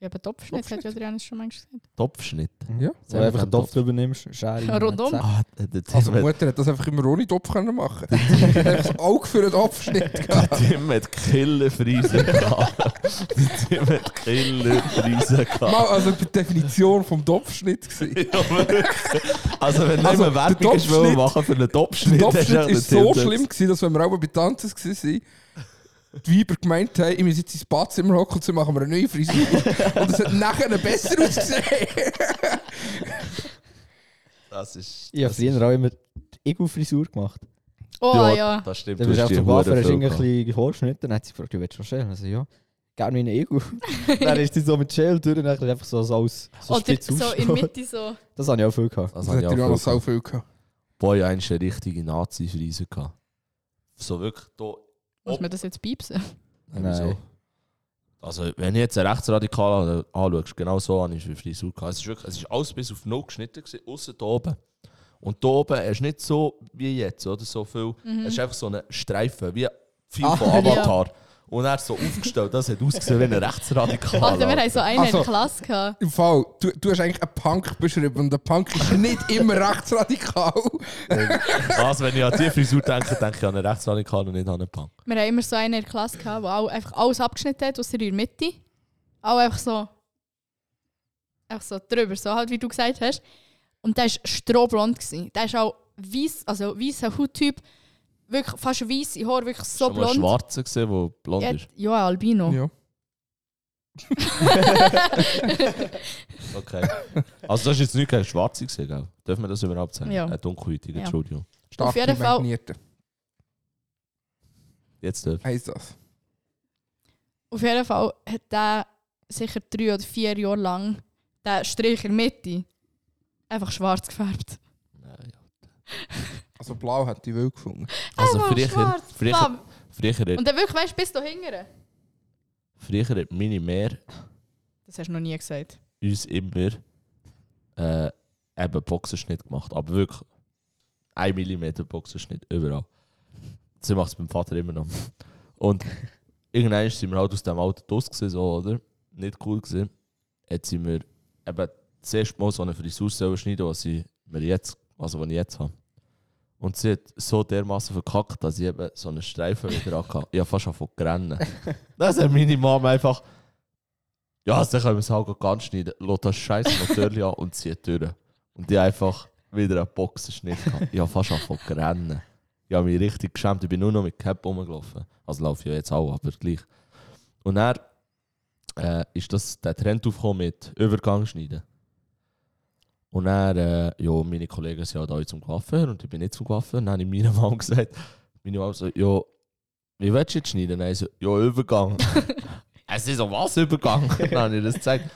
Speaker 3: Ja, aber Topfschnitt hat ja Adrian schon manchmal gesagt.
Speaker 6: Topfschnitt.
Speaker 2: Ja.
Speaker 1: Wenn du einfach einen Topf drüber nimmst,
Speaker 3: Ja,
Speaker 1: Schere.
Speaker 3: rundum.
Speaker 1: Zack.
Speaker 6: Ah, der, der, Tim
Speaker 2: Also die
Speaker 6: hat,
Speaker 2: Mutter hat das einfach immer ohne Topf können machen. Ich habe das Auge für den Abschnitt
Speaker 6: der
Speaker 2: gehabt.
Speaker 6: Tim hat Killerfriese gehabt. der Tim hat Killerfriese
Speaker 2: Mal,
Speaker 6: gehabt.
Speaker 2: also die Definition vom Topfschnitt gewesen.
Speaker 6: Ja, wirklich. also wenn du
Speaker 2: Also,
Speaker 6: immer
Speaker 2: der
Speaker 6: Werbung hast, wollen
Speaker 2: Topfschnitt-
Speaker 6: machen für einen
Speaker 2: Der
Speaker 6: Topfschnitt,
Speaker 2: Topfschnitt
Speaker 6: dann
Speaker 2: ist
Speaker 6: ist der Tim
Speaker 2: so
Speaker 6: das.
Speaker 2: schlimm gewesen, dass wenn wir auch bei Tanzes waren, die Weiber gemeint haben, ich muss jetzt ins Badzimmer hocken und so machen wir eine neue Frisur. und es hat nachher besser ausgesehen.
Speaker 6: Das ist...
Speaker 1: Ich habe
Speaker 6: das ist-
Speaker 1: früher auch immer die Ego-Frisur gemacht.
Speaker 3: Oh ja.
Speaker 6: Das stimmt,
Speaker 1: Dann bist du auf
Speaker 6: hast die
Speaker 1: dem Bafer,
Speaker 6: Hure
Speaker 1: hast
Speaker 6: viel
Speaker 1: irgendwie
Speaker 6: gehabt.
Speaker 1: ein bisschen Haarschnitt. Dann hat sie gefragt, du willst schon schälen? Also ja, gerne meine Ego. dann ist sie so mit Schäl durch und dann einfach so, so alles so
Speaker 3: Oder
Speaker 1: spitz
Speaker 3: so in
Speaker 1: aufgeschnitten.
Speaker 3: Mitte so.
Speaker 1: Das habe ich auch viel gehabt.
Speaker 6: Das
Speaker 2: Das
Speaker 6: habe
Speaker 2: hat
Speaker 6: ich
Speaker 2: ja
Speaker 6: auch
Speaker 2: auch
Speaker 6: viel
Speaker 2: noch
Speaker 6: gehabt.
Speaker 2: so viel gehabt.
Speaker 6: Boy, eigentlich eine richtige Nazi-Frise gehabt. So wirklich da.
Speaker 3: Muss man das jetzt piepsen?
Speaker 6: Nein.
Speaker 1: Nein.
Speaker 6: wieso? Also, wenn ich jetzt einen Rechtsradikalen anschaust, genau so habe ich die Frisur gehabt. Es ist, wirklich, es ist alles bis auf Null geschnitten, gewesen, außer hier oben. Und hier oben ist nicht so wie jetzt, oder? So viel.
Speaker 3: Mhm.
Speaker 6: Es ist einfach so ein Streifen, wie viel
Speaker 2: Ah,
Speaker 6: von
Speaker 2: ja.
Speaker 6: Avatar. Und er ist so aufgestellt, das hat ausgesehen wie ein Rechtsradikaler.
Speaker 3: Also, wir haben so einen in
Speaker 2: Also-
Speaker 3: der Klasse gehabt.
Speaker 2: Im Fall, du, du hast eigentlich einen Punk beschrieben und der Punk ist nicht immer rechtsradikal.
Speaker 6: also, wenn ich an diese Frisur denke, denke ich an einen Rechtsradikalen und nicht an einen Punk.
Speaker 3: Wir haben immer so einen in der Klasse gehabt, der auch einfach alles abgeschnitten hat, was er in der Mitte. Auch einfach so. Einfach so drüber, so halt wie du gesagt hast. Und der war strohblond. gewesen. Der war auch weiß, also weißer Hauttyp. Wirklich fast weiße Haare, wirklich so
Speaker 6: Schon mal einen
Speaker 3: blond.
Speaker 6: Schwarzen gesehen, der blond
Speaker 3: Ja,
Speaker 6: ist.
Speaker 3: ja, Albino.
Speaker 2: Ja.
Speaker 6: Okay. Also, das ist jetzt nicht kein Schwarzer gesehen, gell? Dürfen wir das überhaupt sagen?
Speaker 3: Ja.
Speaker 6: Ein dunkelhäutiger,
Speaker 3: Ja.
Speaker 6: Entschuldigung.
Speaker 2: Stark
Speaker 3: Auf jeden Fall.
Speaker 2: pigmentierte.
Speaker 6: Jetzt dürfen
Speaker 2: Heisst das.
Speaker 3: Auf jeden Fall hat der sicher drei oder vier Jahre lang den Strich in der Mitte einfach schwarz gefärbt.
Speaker 6: Nein, Nou ja.
Speaker 2: Also blau hätte ich wohl gefunden.
Speaker 6: Also,
Speaker 3: Einfach
Speaker 6: früher,
Speaker 3: schwarz,
Speaker 6: früher,
Speaker 3: bam.
Speaker 6: früher,
Speaker 3: Und dann wirklich, weißt du, bis da hinten.
Speaker 6: früher hat meine Mehr
Speaker 3: Das hast du noch nie gesagt.
Speaker 6: uns immer äh, eben Boxerschnitt gemacht. Aber wirklich 1 mm Boxerschnitt überall. Sie macht es beim Vater immer noch. Und irgendwann sind wir halt aus dem alten Doss gewesen, so, oder? Nicht cool gewesen. Jetzt sind wir eben das erste Mal so eine Frisur selber schneiden, was ich mir jetzt, also was ich jetzt habe. Und sie hat so dermaßen verkackt, dass ich eben so einen Streifen wieder hatte. Ich habe fast angefangen zu rennen. Das hat meine Mama einfach. Ja, also dann können wir es halt ganz schneiden. Lass das scheiß natürlich an und zieh durch. Und ich einfach wieder einen Boxenschnitt gehabt. Ich habe fast angefangen zu rennen. Ich habe mich richtig geschämt. Ich bin nur noch mit Cap rumgelaufen. Also laufe ich ja jetzt auch, aber gleich. Und dann äh, ist das, der Trend aufgekommen mit Übergang schneiden. Und dann, äh, ja, meine Kollegen sind ja da zum Coiffeur und ich bin nicht zum Coiffeur. Dann habe ich meiner Mama gesagt, meine Mama so, ja, wie willst du jetzt schneiden? Dann so, ja, Übergang. es ist um was Übergang? Dann habe ich das gezeigt.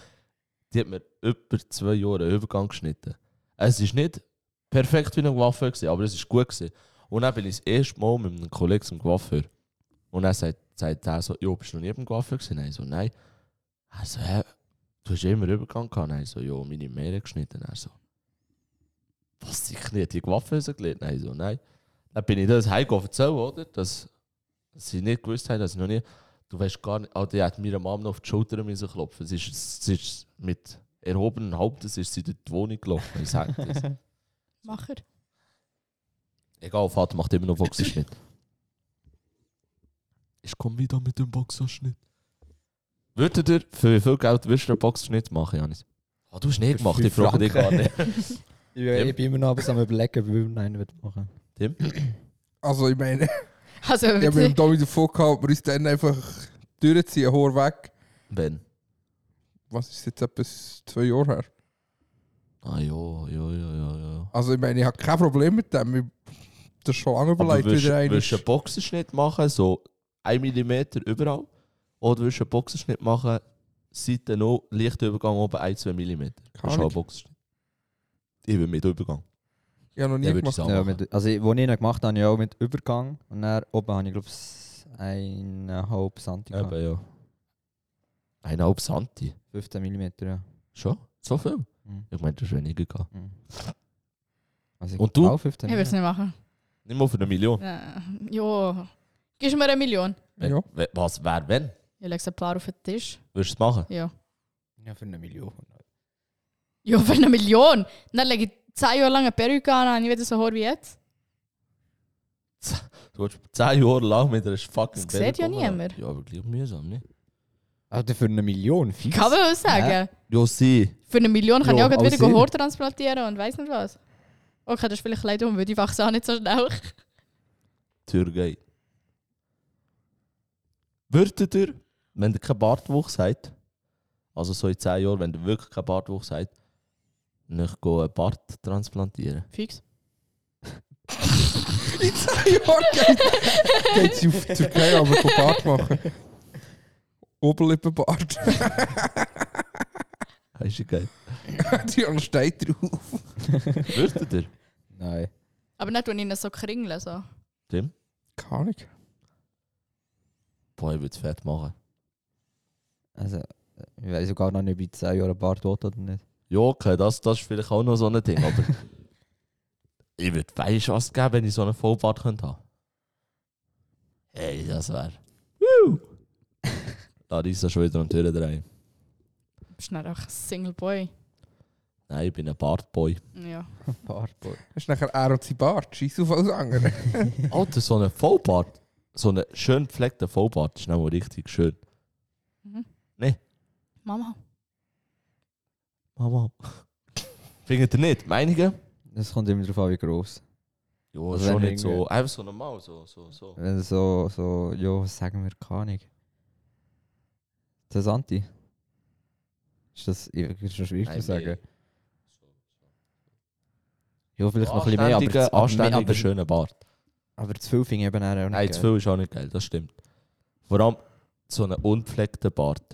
Speaker 6: Die hat mir über zwei Jahre einen Übergang geschnitten. Es ist nicht perfekt wie ein Coiffeur, gewesen, aber es ist gut. Gewesen. Und dann bin ich das erste Mal mit einem Kollegen zum Coiffeur. Und er sagt, sagt er so, ja, bist du noch nie beim Coiffeur gewesen? Nein, so, nein. Er so, hä, du du hast immer Übergang gehabt. Nein, so, ja, meine Meere geschnitten. Er so, was, die Knie, die Waffe rausgelegt? Nein, so, nein. Dann bin ich das heimgegangen erzählen, oder? Dass sie nicht gewusst haben, dass ich noch nie... Du weißt gar nicht... Alter, ich hätte meiner Mama noch auf die Schulter müssen klopfen Sie ist, sie ist mit erhobenen Hauptes ist sie durch die Wohnung gelaufen. Ich sag das.
Speaker 3: Macher.
Speaker 6: Egal, Vater macht immer noch Boxerschnitt. ich komme wieder mit dem Boxerschnitt. Würdet ihr, für wie viel Geld würdest du einen Boxerschnitt machen, Janis? Ah, du hast nicht gemacht, ich frage dich gar nicht.
Speaker 1: Ich, ich bin immer noch aber am überlegen, wie man einen machen
Speaker 6: Tim?
Speaker 2: Also ich meine,
Speaker 3: Also,
Speaker 2: ich habe mit dem Tommy davon gehabt, ob wir uns dann einfach durchziehen, Haar weg.
Speaker 6: Wenn?
Speaker 2: Was ist jetzt etwas zwei Jahre her?
Speaker 6: Ah ja, ja, ja, ja, ja.
Speaker 2: Also ich meine, ich habe kein Problem mit dem. Ich hab das schon lange
Speaker 6: Aber
Speaker 2: überlegt,
Speaker 6: willst
Speaker 2: wieder
Speaker 6: du- willst du
Speaker 2: einmal.
Speaker 6: einen Boxerschnitt machen, so 1 mm überall? Oder willst du einen Boxerschnitt machen, Seite noch, leichter Übergang oben 1-2 mm? Das ist auch ein
Speaker 2: Ahnung.
Speaker 6: Boxerschnitt. Ich will mit Übergang.
Speaker 2: Ich habe noch nie
Speaker 6: Den würde ich
Speaker 2: gemacht.
Speaker 6: sagen.
Speaker 1: Ja, mit, also, wo ich ihn gemacht habe, habe ich auch mit Übergang. Und dann oben habe ich, glaube ich, eineinhalb Santi gehabt.
Speaker 6: Eben, ja. Eineinhalb Santi.
Speaker 1: 15 mm, ja.
Speaker 6: Schon? So viel?
Speaker 1: Mhm.
Speaker 6: Ich meine, das ist weniger gegangen.
Speaker 1: Mhm. Also,
Speaker 6: Und du?
Speaker 1: Auch 15
Speaker 3: Ich würde es nicht machen.
Speaker 6: Nicht mal für eine Million.
Speaker 3: Nein. Jo. Gibst du mir eine Million?
Speaker 6: Wenn-
Speaker 2: Ja.
Speaker 6: Äh, we- Was, wer, wenn?
Speaker 3: Ich lege ein paar auf den Tisch.
Speaker 6: Würdest du es machen?
Speaker 3: Ja.
Speaker 1: Ja, für eine Million.
Speaker 3: Ja, für eine Million. Dann lege ich zehn Jahre lang eine Perücke an und ich werde so hoch wie jetzt.
Speaker 6: Du hast zehn Jahre lang mit einer fucking
Speaker 3: Das sieht
Speaker 6: Brille
Speaker 3: ja
Speaker 6: rumlaufen.
Speaker 3: niemand.
Speaker 6: Ja, aber gleich mühsam, ne?
Speaker 1: Also für eine Million? Fies.
Speaker 3: Kann man auch sagen.
Speaker 1: Ja.
Speaker 6: Ja, sie.
Speaker 3: Für eine Million kann
Speaker 1: Ja,
Speaker 3: ich auch
Speaker 1: alles
Speaker 3: gleich wieder
Speaker 1: Sinn.
Speaker 3: Haar transplantieren und weiss nicht was. Okay, das ist vielleicht leid um, weil ich wachse auch nicht so schnell.
Speaker 6: Türkei. Würdet ihr, wenn ihr keine Bartwuchs habt, also so in 10 Jahren, wenn ihr wirklich keine Bartwuchs habt, nicht gehen einen Bart transplantieren?
Speaker 3: Fix.
Speaker 2: In zwei Jahren geht, geht sie auf die Türkei, aber keinen Bart machen. Oberlippenbart.
Speaker 6: Hast du geil?
Speaker 2: die steht drauf.
Speaker 6: Würdet ihr?
Speaker 1: Nein.
Speaker 3: Aber nicht, wenn ich ihn so kringle. So.
Speaker 6: Tim?
Speaker 2: Keine Ahnung.
Speaker 6: Boah, ich würde es fett machen.
Speaker 1: Also, äh, ich weiß sogar noch nicht, ob ich 10 Jahre Bart will oder nicht.
Speaker 6: Ja, okay, das, das ist vielleicht auch noch so ein Ding, aber ich würde weiss was geben, wenn ich so einen Vollbart könnte haben. Hey, das wäre. Da ist er schon wieder an die Tür drehen.
Speaker 3: Du bist nicht auch ein Single Boy.
Speaker 6: Nein, ich bin ein Bartboy.
Speaker 3: Ja.
Speaker 1: Bartbart.
Speaker 2: Hast du nachher er und sein Bart? Scheiß auf alles andere.
Speaker 6: Alter, so ein Vollbart, so ein schön gefleckter Vollbart ist nochmal richtig schön.
Speaker 3: Mhm.
Speaker 6: Nee.
Speaker 3: Mama.
Speaker 6: Mama. Findet ihr nicht? Meinige?
Speaker 1: Das kommt immer darauf an, wie gross.
Speaker 6: Ja,
Speaker 1: Also
Speaker 6: schon
Speaker 1: wenn
Speaker 6: nicht so. Einfach so normal, so, so, so.
Speaker 1: Wenn Äh, so, so, ja, was sagen wir, keine Ahnung. Der Santi. Ist das, ich- das ist schon schwierig
Speaker 6: Nein,
Speaker 1: zu sagen.
Speaker 6: mehr.
Speaker 1: Ja, vielleicht noch ein bisschen mehr, aber,
Speaker 6: Anständiger,
Speaker 1: zu- aber, mehr-
Speaker 6: anständiger,
Speaker 1: aber,
Speaker 6: schöner Bart.
Speaker 1: aber zu viel finde ich eben auch nicht
Speaker 6: Nein,
Speaker 1: geil.
Speaker 6: zu viel ist auch nicht geil, das stimmt. Vor allem so einen unpflegten Bart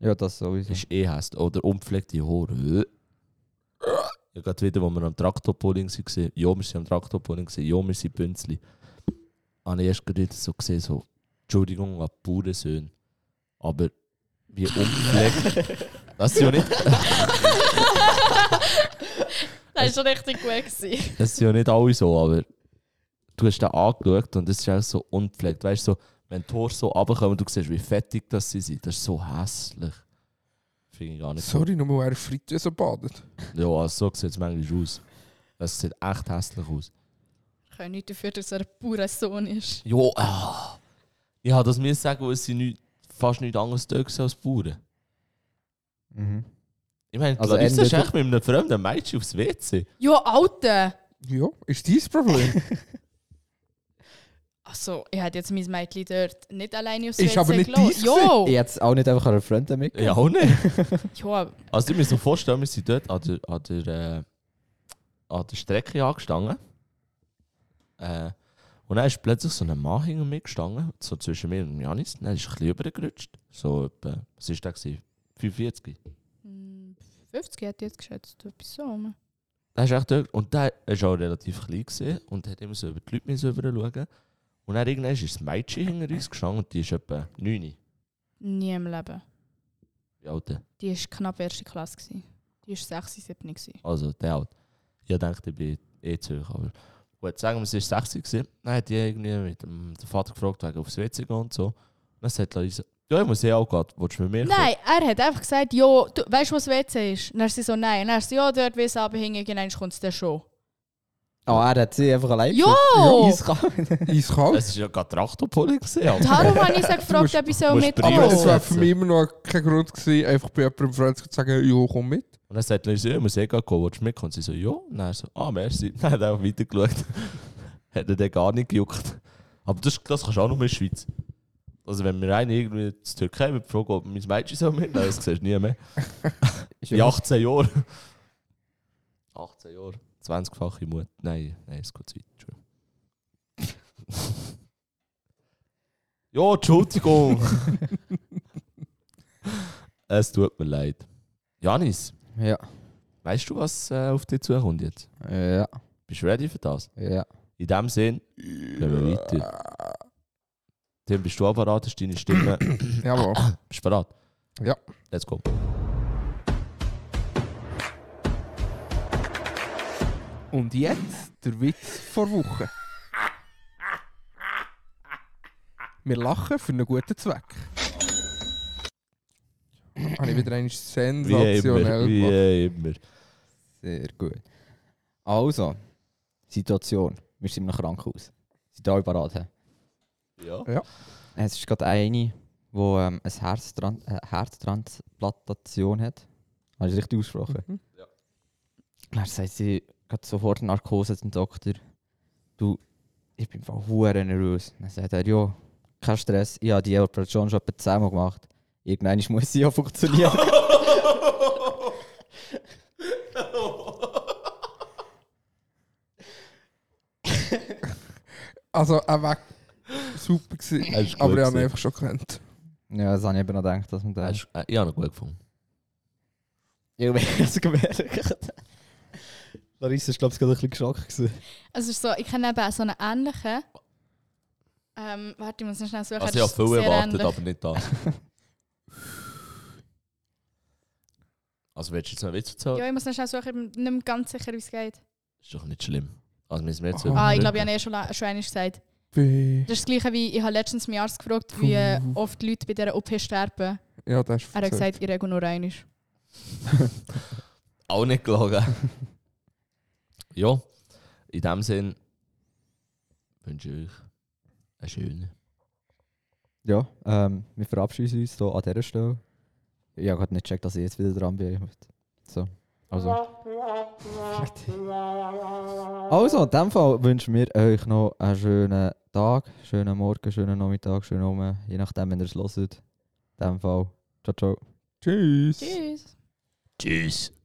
Speaker 1: Ja, das sowieso.
Speaker 6: ist eh hässlich. Oder unpflegte Haare. Äh. Ja, gerade wieder, wo wir am Traktorpulling waren. Ja, wir waren am Traktorpulling. Ja, wir sind Bünzli. Habe ich erst gerade wieder so gesehen, so, Entschuldigung an die Bauernsöhne. Aber wie unpflegt. das sind ja nicht,
Speaker 3: Das ist schon richtig gut. gewesen.
Speaker 6: das sind ja nicht alle so, aber du hast den angeschaut und es ist auch so unpflegt. Weißt du, so, wenn die Haare so runterkommen und du siehst, wie fettig das sie sind, das ist so hässlich. Finde ich gar nicht
Speaker 2: Sorry, nur weil er Fritteuse badet.
Speaker 6: Ja, also so sieht es manchmal aus. Das sieht echt hässlich aus.
Speaker 3: Ich kann nicht dafür, dass er ein purer Sohn ist.
Speaker 6: Jo, ah. ich habe das mir sagen, weil es sind nicht, fast nichts anderes da gewesen als Bauern.
Speaker 1: Mhm.
Speaker 6: Ich meine,
Speaker 1: Also
Speaker 6: also Larissa ist
Speaker 1: entweder-
Speaker 6: echt mit einem fremden Mädchen aufs WC.
Speaker 3: Ja, Alter!
Speaker 2: Ja, ist dein Problem.
Speaker 3: Also, ich hätte jetzt mein Mädchen dort nicht alleine aufs
Speaker 2: Ist aber nicht
Speaker 3: gelassen.
Speaker 2: dies
Speaker 1: Ich
Speaker 3: Jo!
Speaker 1: hätte es auch nicht einfach an Freunde mit.
Speaker 6: Oh. Ja, auch nicht.
Speaker 3: Jo, aber-
Speaker 6: Also, ich muss mir vorstellen, wir sind dort an der, an der, äh, an der Strecke angestanden. Äh, und dann ist plötzlich so ein Mann hinter mir gestanden, so zwischen mir und Janis. Dann ist er ein bisschen übergerutscht. So etwa, was war der? gewesen? 45?
Speaker 3: Hm, 50 hätte ich jetzt geschätzt. Etwas so. ne? rum.
Speaker 6: Der ist echt dort. Und der war auch relativ klein gewesen und hat immer so über die Leute müssen rüber schauen. Und dann irgendwann eh, ist das Mädchen hinter uns gestanden und die ist etwa 9.
Speaker 3: Nie im Leben.
Speaker 6: Die alte.
Speaker 3: Die war knapp erste Klasse. Gewesen. Die war 6, 7 gewesen.
Speaker 6: Also, der alt. Ich dachte, ich bin eh zurück. Aber gut, sagen wir, es war 60 gewesen. Dann hat Nou, die irgendwie mit dem den Vater gefragt, wegen aufs WC gehen und so. Dann sagt Larissa, ja, ich muss eh auch gehen. Willst du mit mir
Speaker 3: Nein, er hat einfach gesagt, jo, du weißt, was WC ist? Und dann ist sie so, nein. Und dann ist sie, ja, dort, wie es abhängen, dann kommt es dann schon.
Speaker 1: Oh, er hat sie einfach allein
Speaker 3: Jo!
Speaker 1: Eiskalt.
Speaker 6: kommen?
Speaker 2: Eiskalt.
Speaker 6: Es war ja gerade Trachtopoli. gewesen, Alter.
Speaker 3: Darum habe ich sie
Speaker 2: musst-
Speaker 3: gefragt, ob ich so
Speaker 6: musst
Speaker 3: mitkommen
Speaker 2: Aber
Speaker 6: Prima.
Speaker 2: es
Speaker 3: soll.
Speaker 2: war für mich immer noch kein Grund, gewesen, einfach bei jemandem Freund zu sagen, ja, komm mit.
Speaker 6: Und dann sagt Larissa, ja, ich muss eh gehen, gehen. willst du mitkommen? Und sie so, ja. Und dann so, ah, merci. Dann hat er auch weitergeschaut. hat er den gar nicht gejuckt. Aber das, das kannst du auch nur in der Schweiz. Also wenn mir einer irgendwie zur Türkei wird, fragt, ob mein Mädchen so mitnehmen, das siehst du nie mehr. In 18 Jahren. 18 Jahre. 20-fache Mut. Nein, nein, es geht zu weit. Entschuldigung. ja, Entschuldigung. es tut mir leid. Janis,
Speaker 1: Ja.
Speaker 6: weißt du, was äh, auf dich zukommt jetzt?
Speaker 1: Ja.
Speaker 6: Bist du ready für das?
Speaker 1: Ja.
Speaker 6: In dem Sinn, gehen wir weiter. Tim, bist du auch bereit? Ist deine Stimme.
Speaker 2: Jawohl.
Speaker 6: bist du bereit?
Speaker 2: Ja.
Speaker 6: Let's go.
Speaker 2: Und jetzt der Witz vor Woche. Wir lachen für einen guten Zweck. Habe ich wieder einen
Speaker 6: Wie immer.
Speaker 2: sensationell gemacht.
Speaker 6: Wie immer.
Speaker 1: Sehr gut. Also, Situation. Wir sind im Krankenhaus. Sind alle bereit? hä?
Speaker 6: Ja.
Speaker 1: Es ist gerade eine, die ähm, eine Herztran äh, Herztransplantation hat. Habe ich das richtig ausgesprochen?
Speaker 2: Mhm.
Speaker 1: Dann sagt sie gerade sofort Narkose zum Doktor. Du, ich bin voll hure nervös. Dann sagt er, ja, kein Stress, ich habe die Operation schon etwa zehnmal gemacht. Irgendwann muss sie ja funktionieren.
Speaker 2: Also, er war super gewesen,
Speaker 6: Hast
Speaker 2: aber ich
Speaker 6: du gut
Speaker 2: habe ihn
Speaker 6: gesehen.
Speaker 2: einfach schon gekannt.
Speaker 1: ja, das habe ich eben noch gedacht, dass man da...
Speaker 6: Hast du- äh, Ich habe ihn gut gefunden.
Speaker 1: Ich habe es gemerkt. Larissa ist, glaube ich, gerade ein bisschen geschockt. Gewesen.
Speaker 3: Also so, ich kenne eben auch so einen ähnlichen. Ähm, warte, ich muss noch schnell suchen.
Speaker 6: Also,
Speaker 3: das
Speaker 6: ich habe
Speaker 3: ist
Speaker 6: viel
Speaker 3: sehr
Speaker 6: erwartet,
Speaker 3: ähnlich.
Speaker 6: aber nicht das. Also, willst du jetzt noch einen Witz erzählen?
Speaker 3: Ja, ich muss noch schnell suchen, ich bin nicht mehr ganz sicher, wie es geht.
Speaker 6: Ist doch nicht schlimm. Also, müssen wir jetzt
Speaker 2: Aha.
Speaker 3: Ah, ich glaube, ich habe eh schon, la- schon einmal gesagt.
Speaker 2: Bäh.
Speaker 3: Das ist das Gleiche wie, ich habe letztens meinen Arzt gefragt, wie äh,
Speaker 2: Puh.
Speaker 3: oft Leute bei dieser OP sterben.
Speaker 2: Ja, das ist
Speaker 3: Er hat gesagt, ich regu nur einmal.
Speaker 6: Auch nicht gelogen. ja, in dem Sinn wünsche ich euch einen schönen.
Speaker 1: Ja, ähm, wir verabschieden uns hier an dieser Stelle. Ich habe gerade nicht gecheckt, dass ich jetzt wieder dran bin. So, also. Also, in dem Fall wünschen wir euch noch einen schönen Tag, schönen Morgen, schönen Nachmittag, schönen Abend, je nachdem, wenn ihr es hört. In dem Fall, ciao, ciao.
Speaker 2: Tschüss.
Speaker 3: Tschüss.
Speaker 6: Tschüss.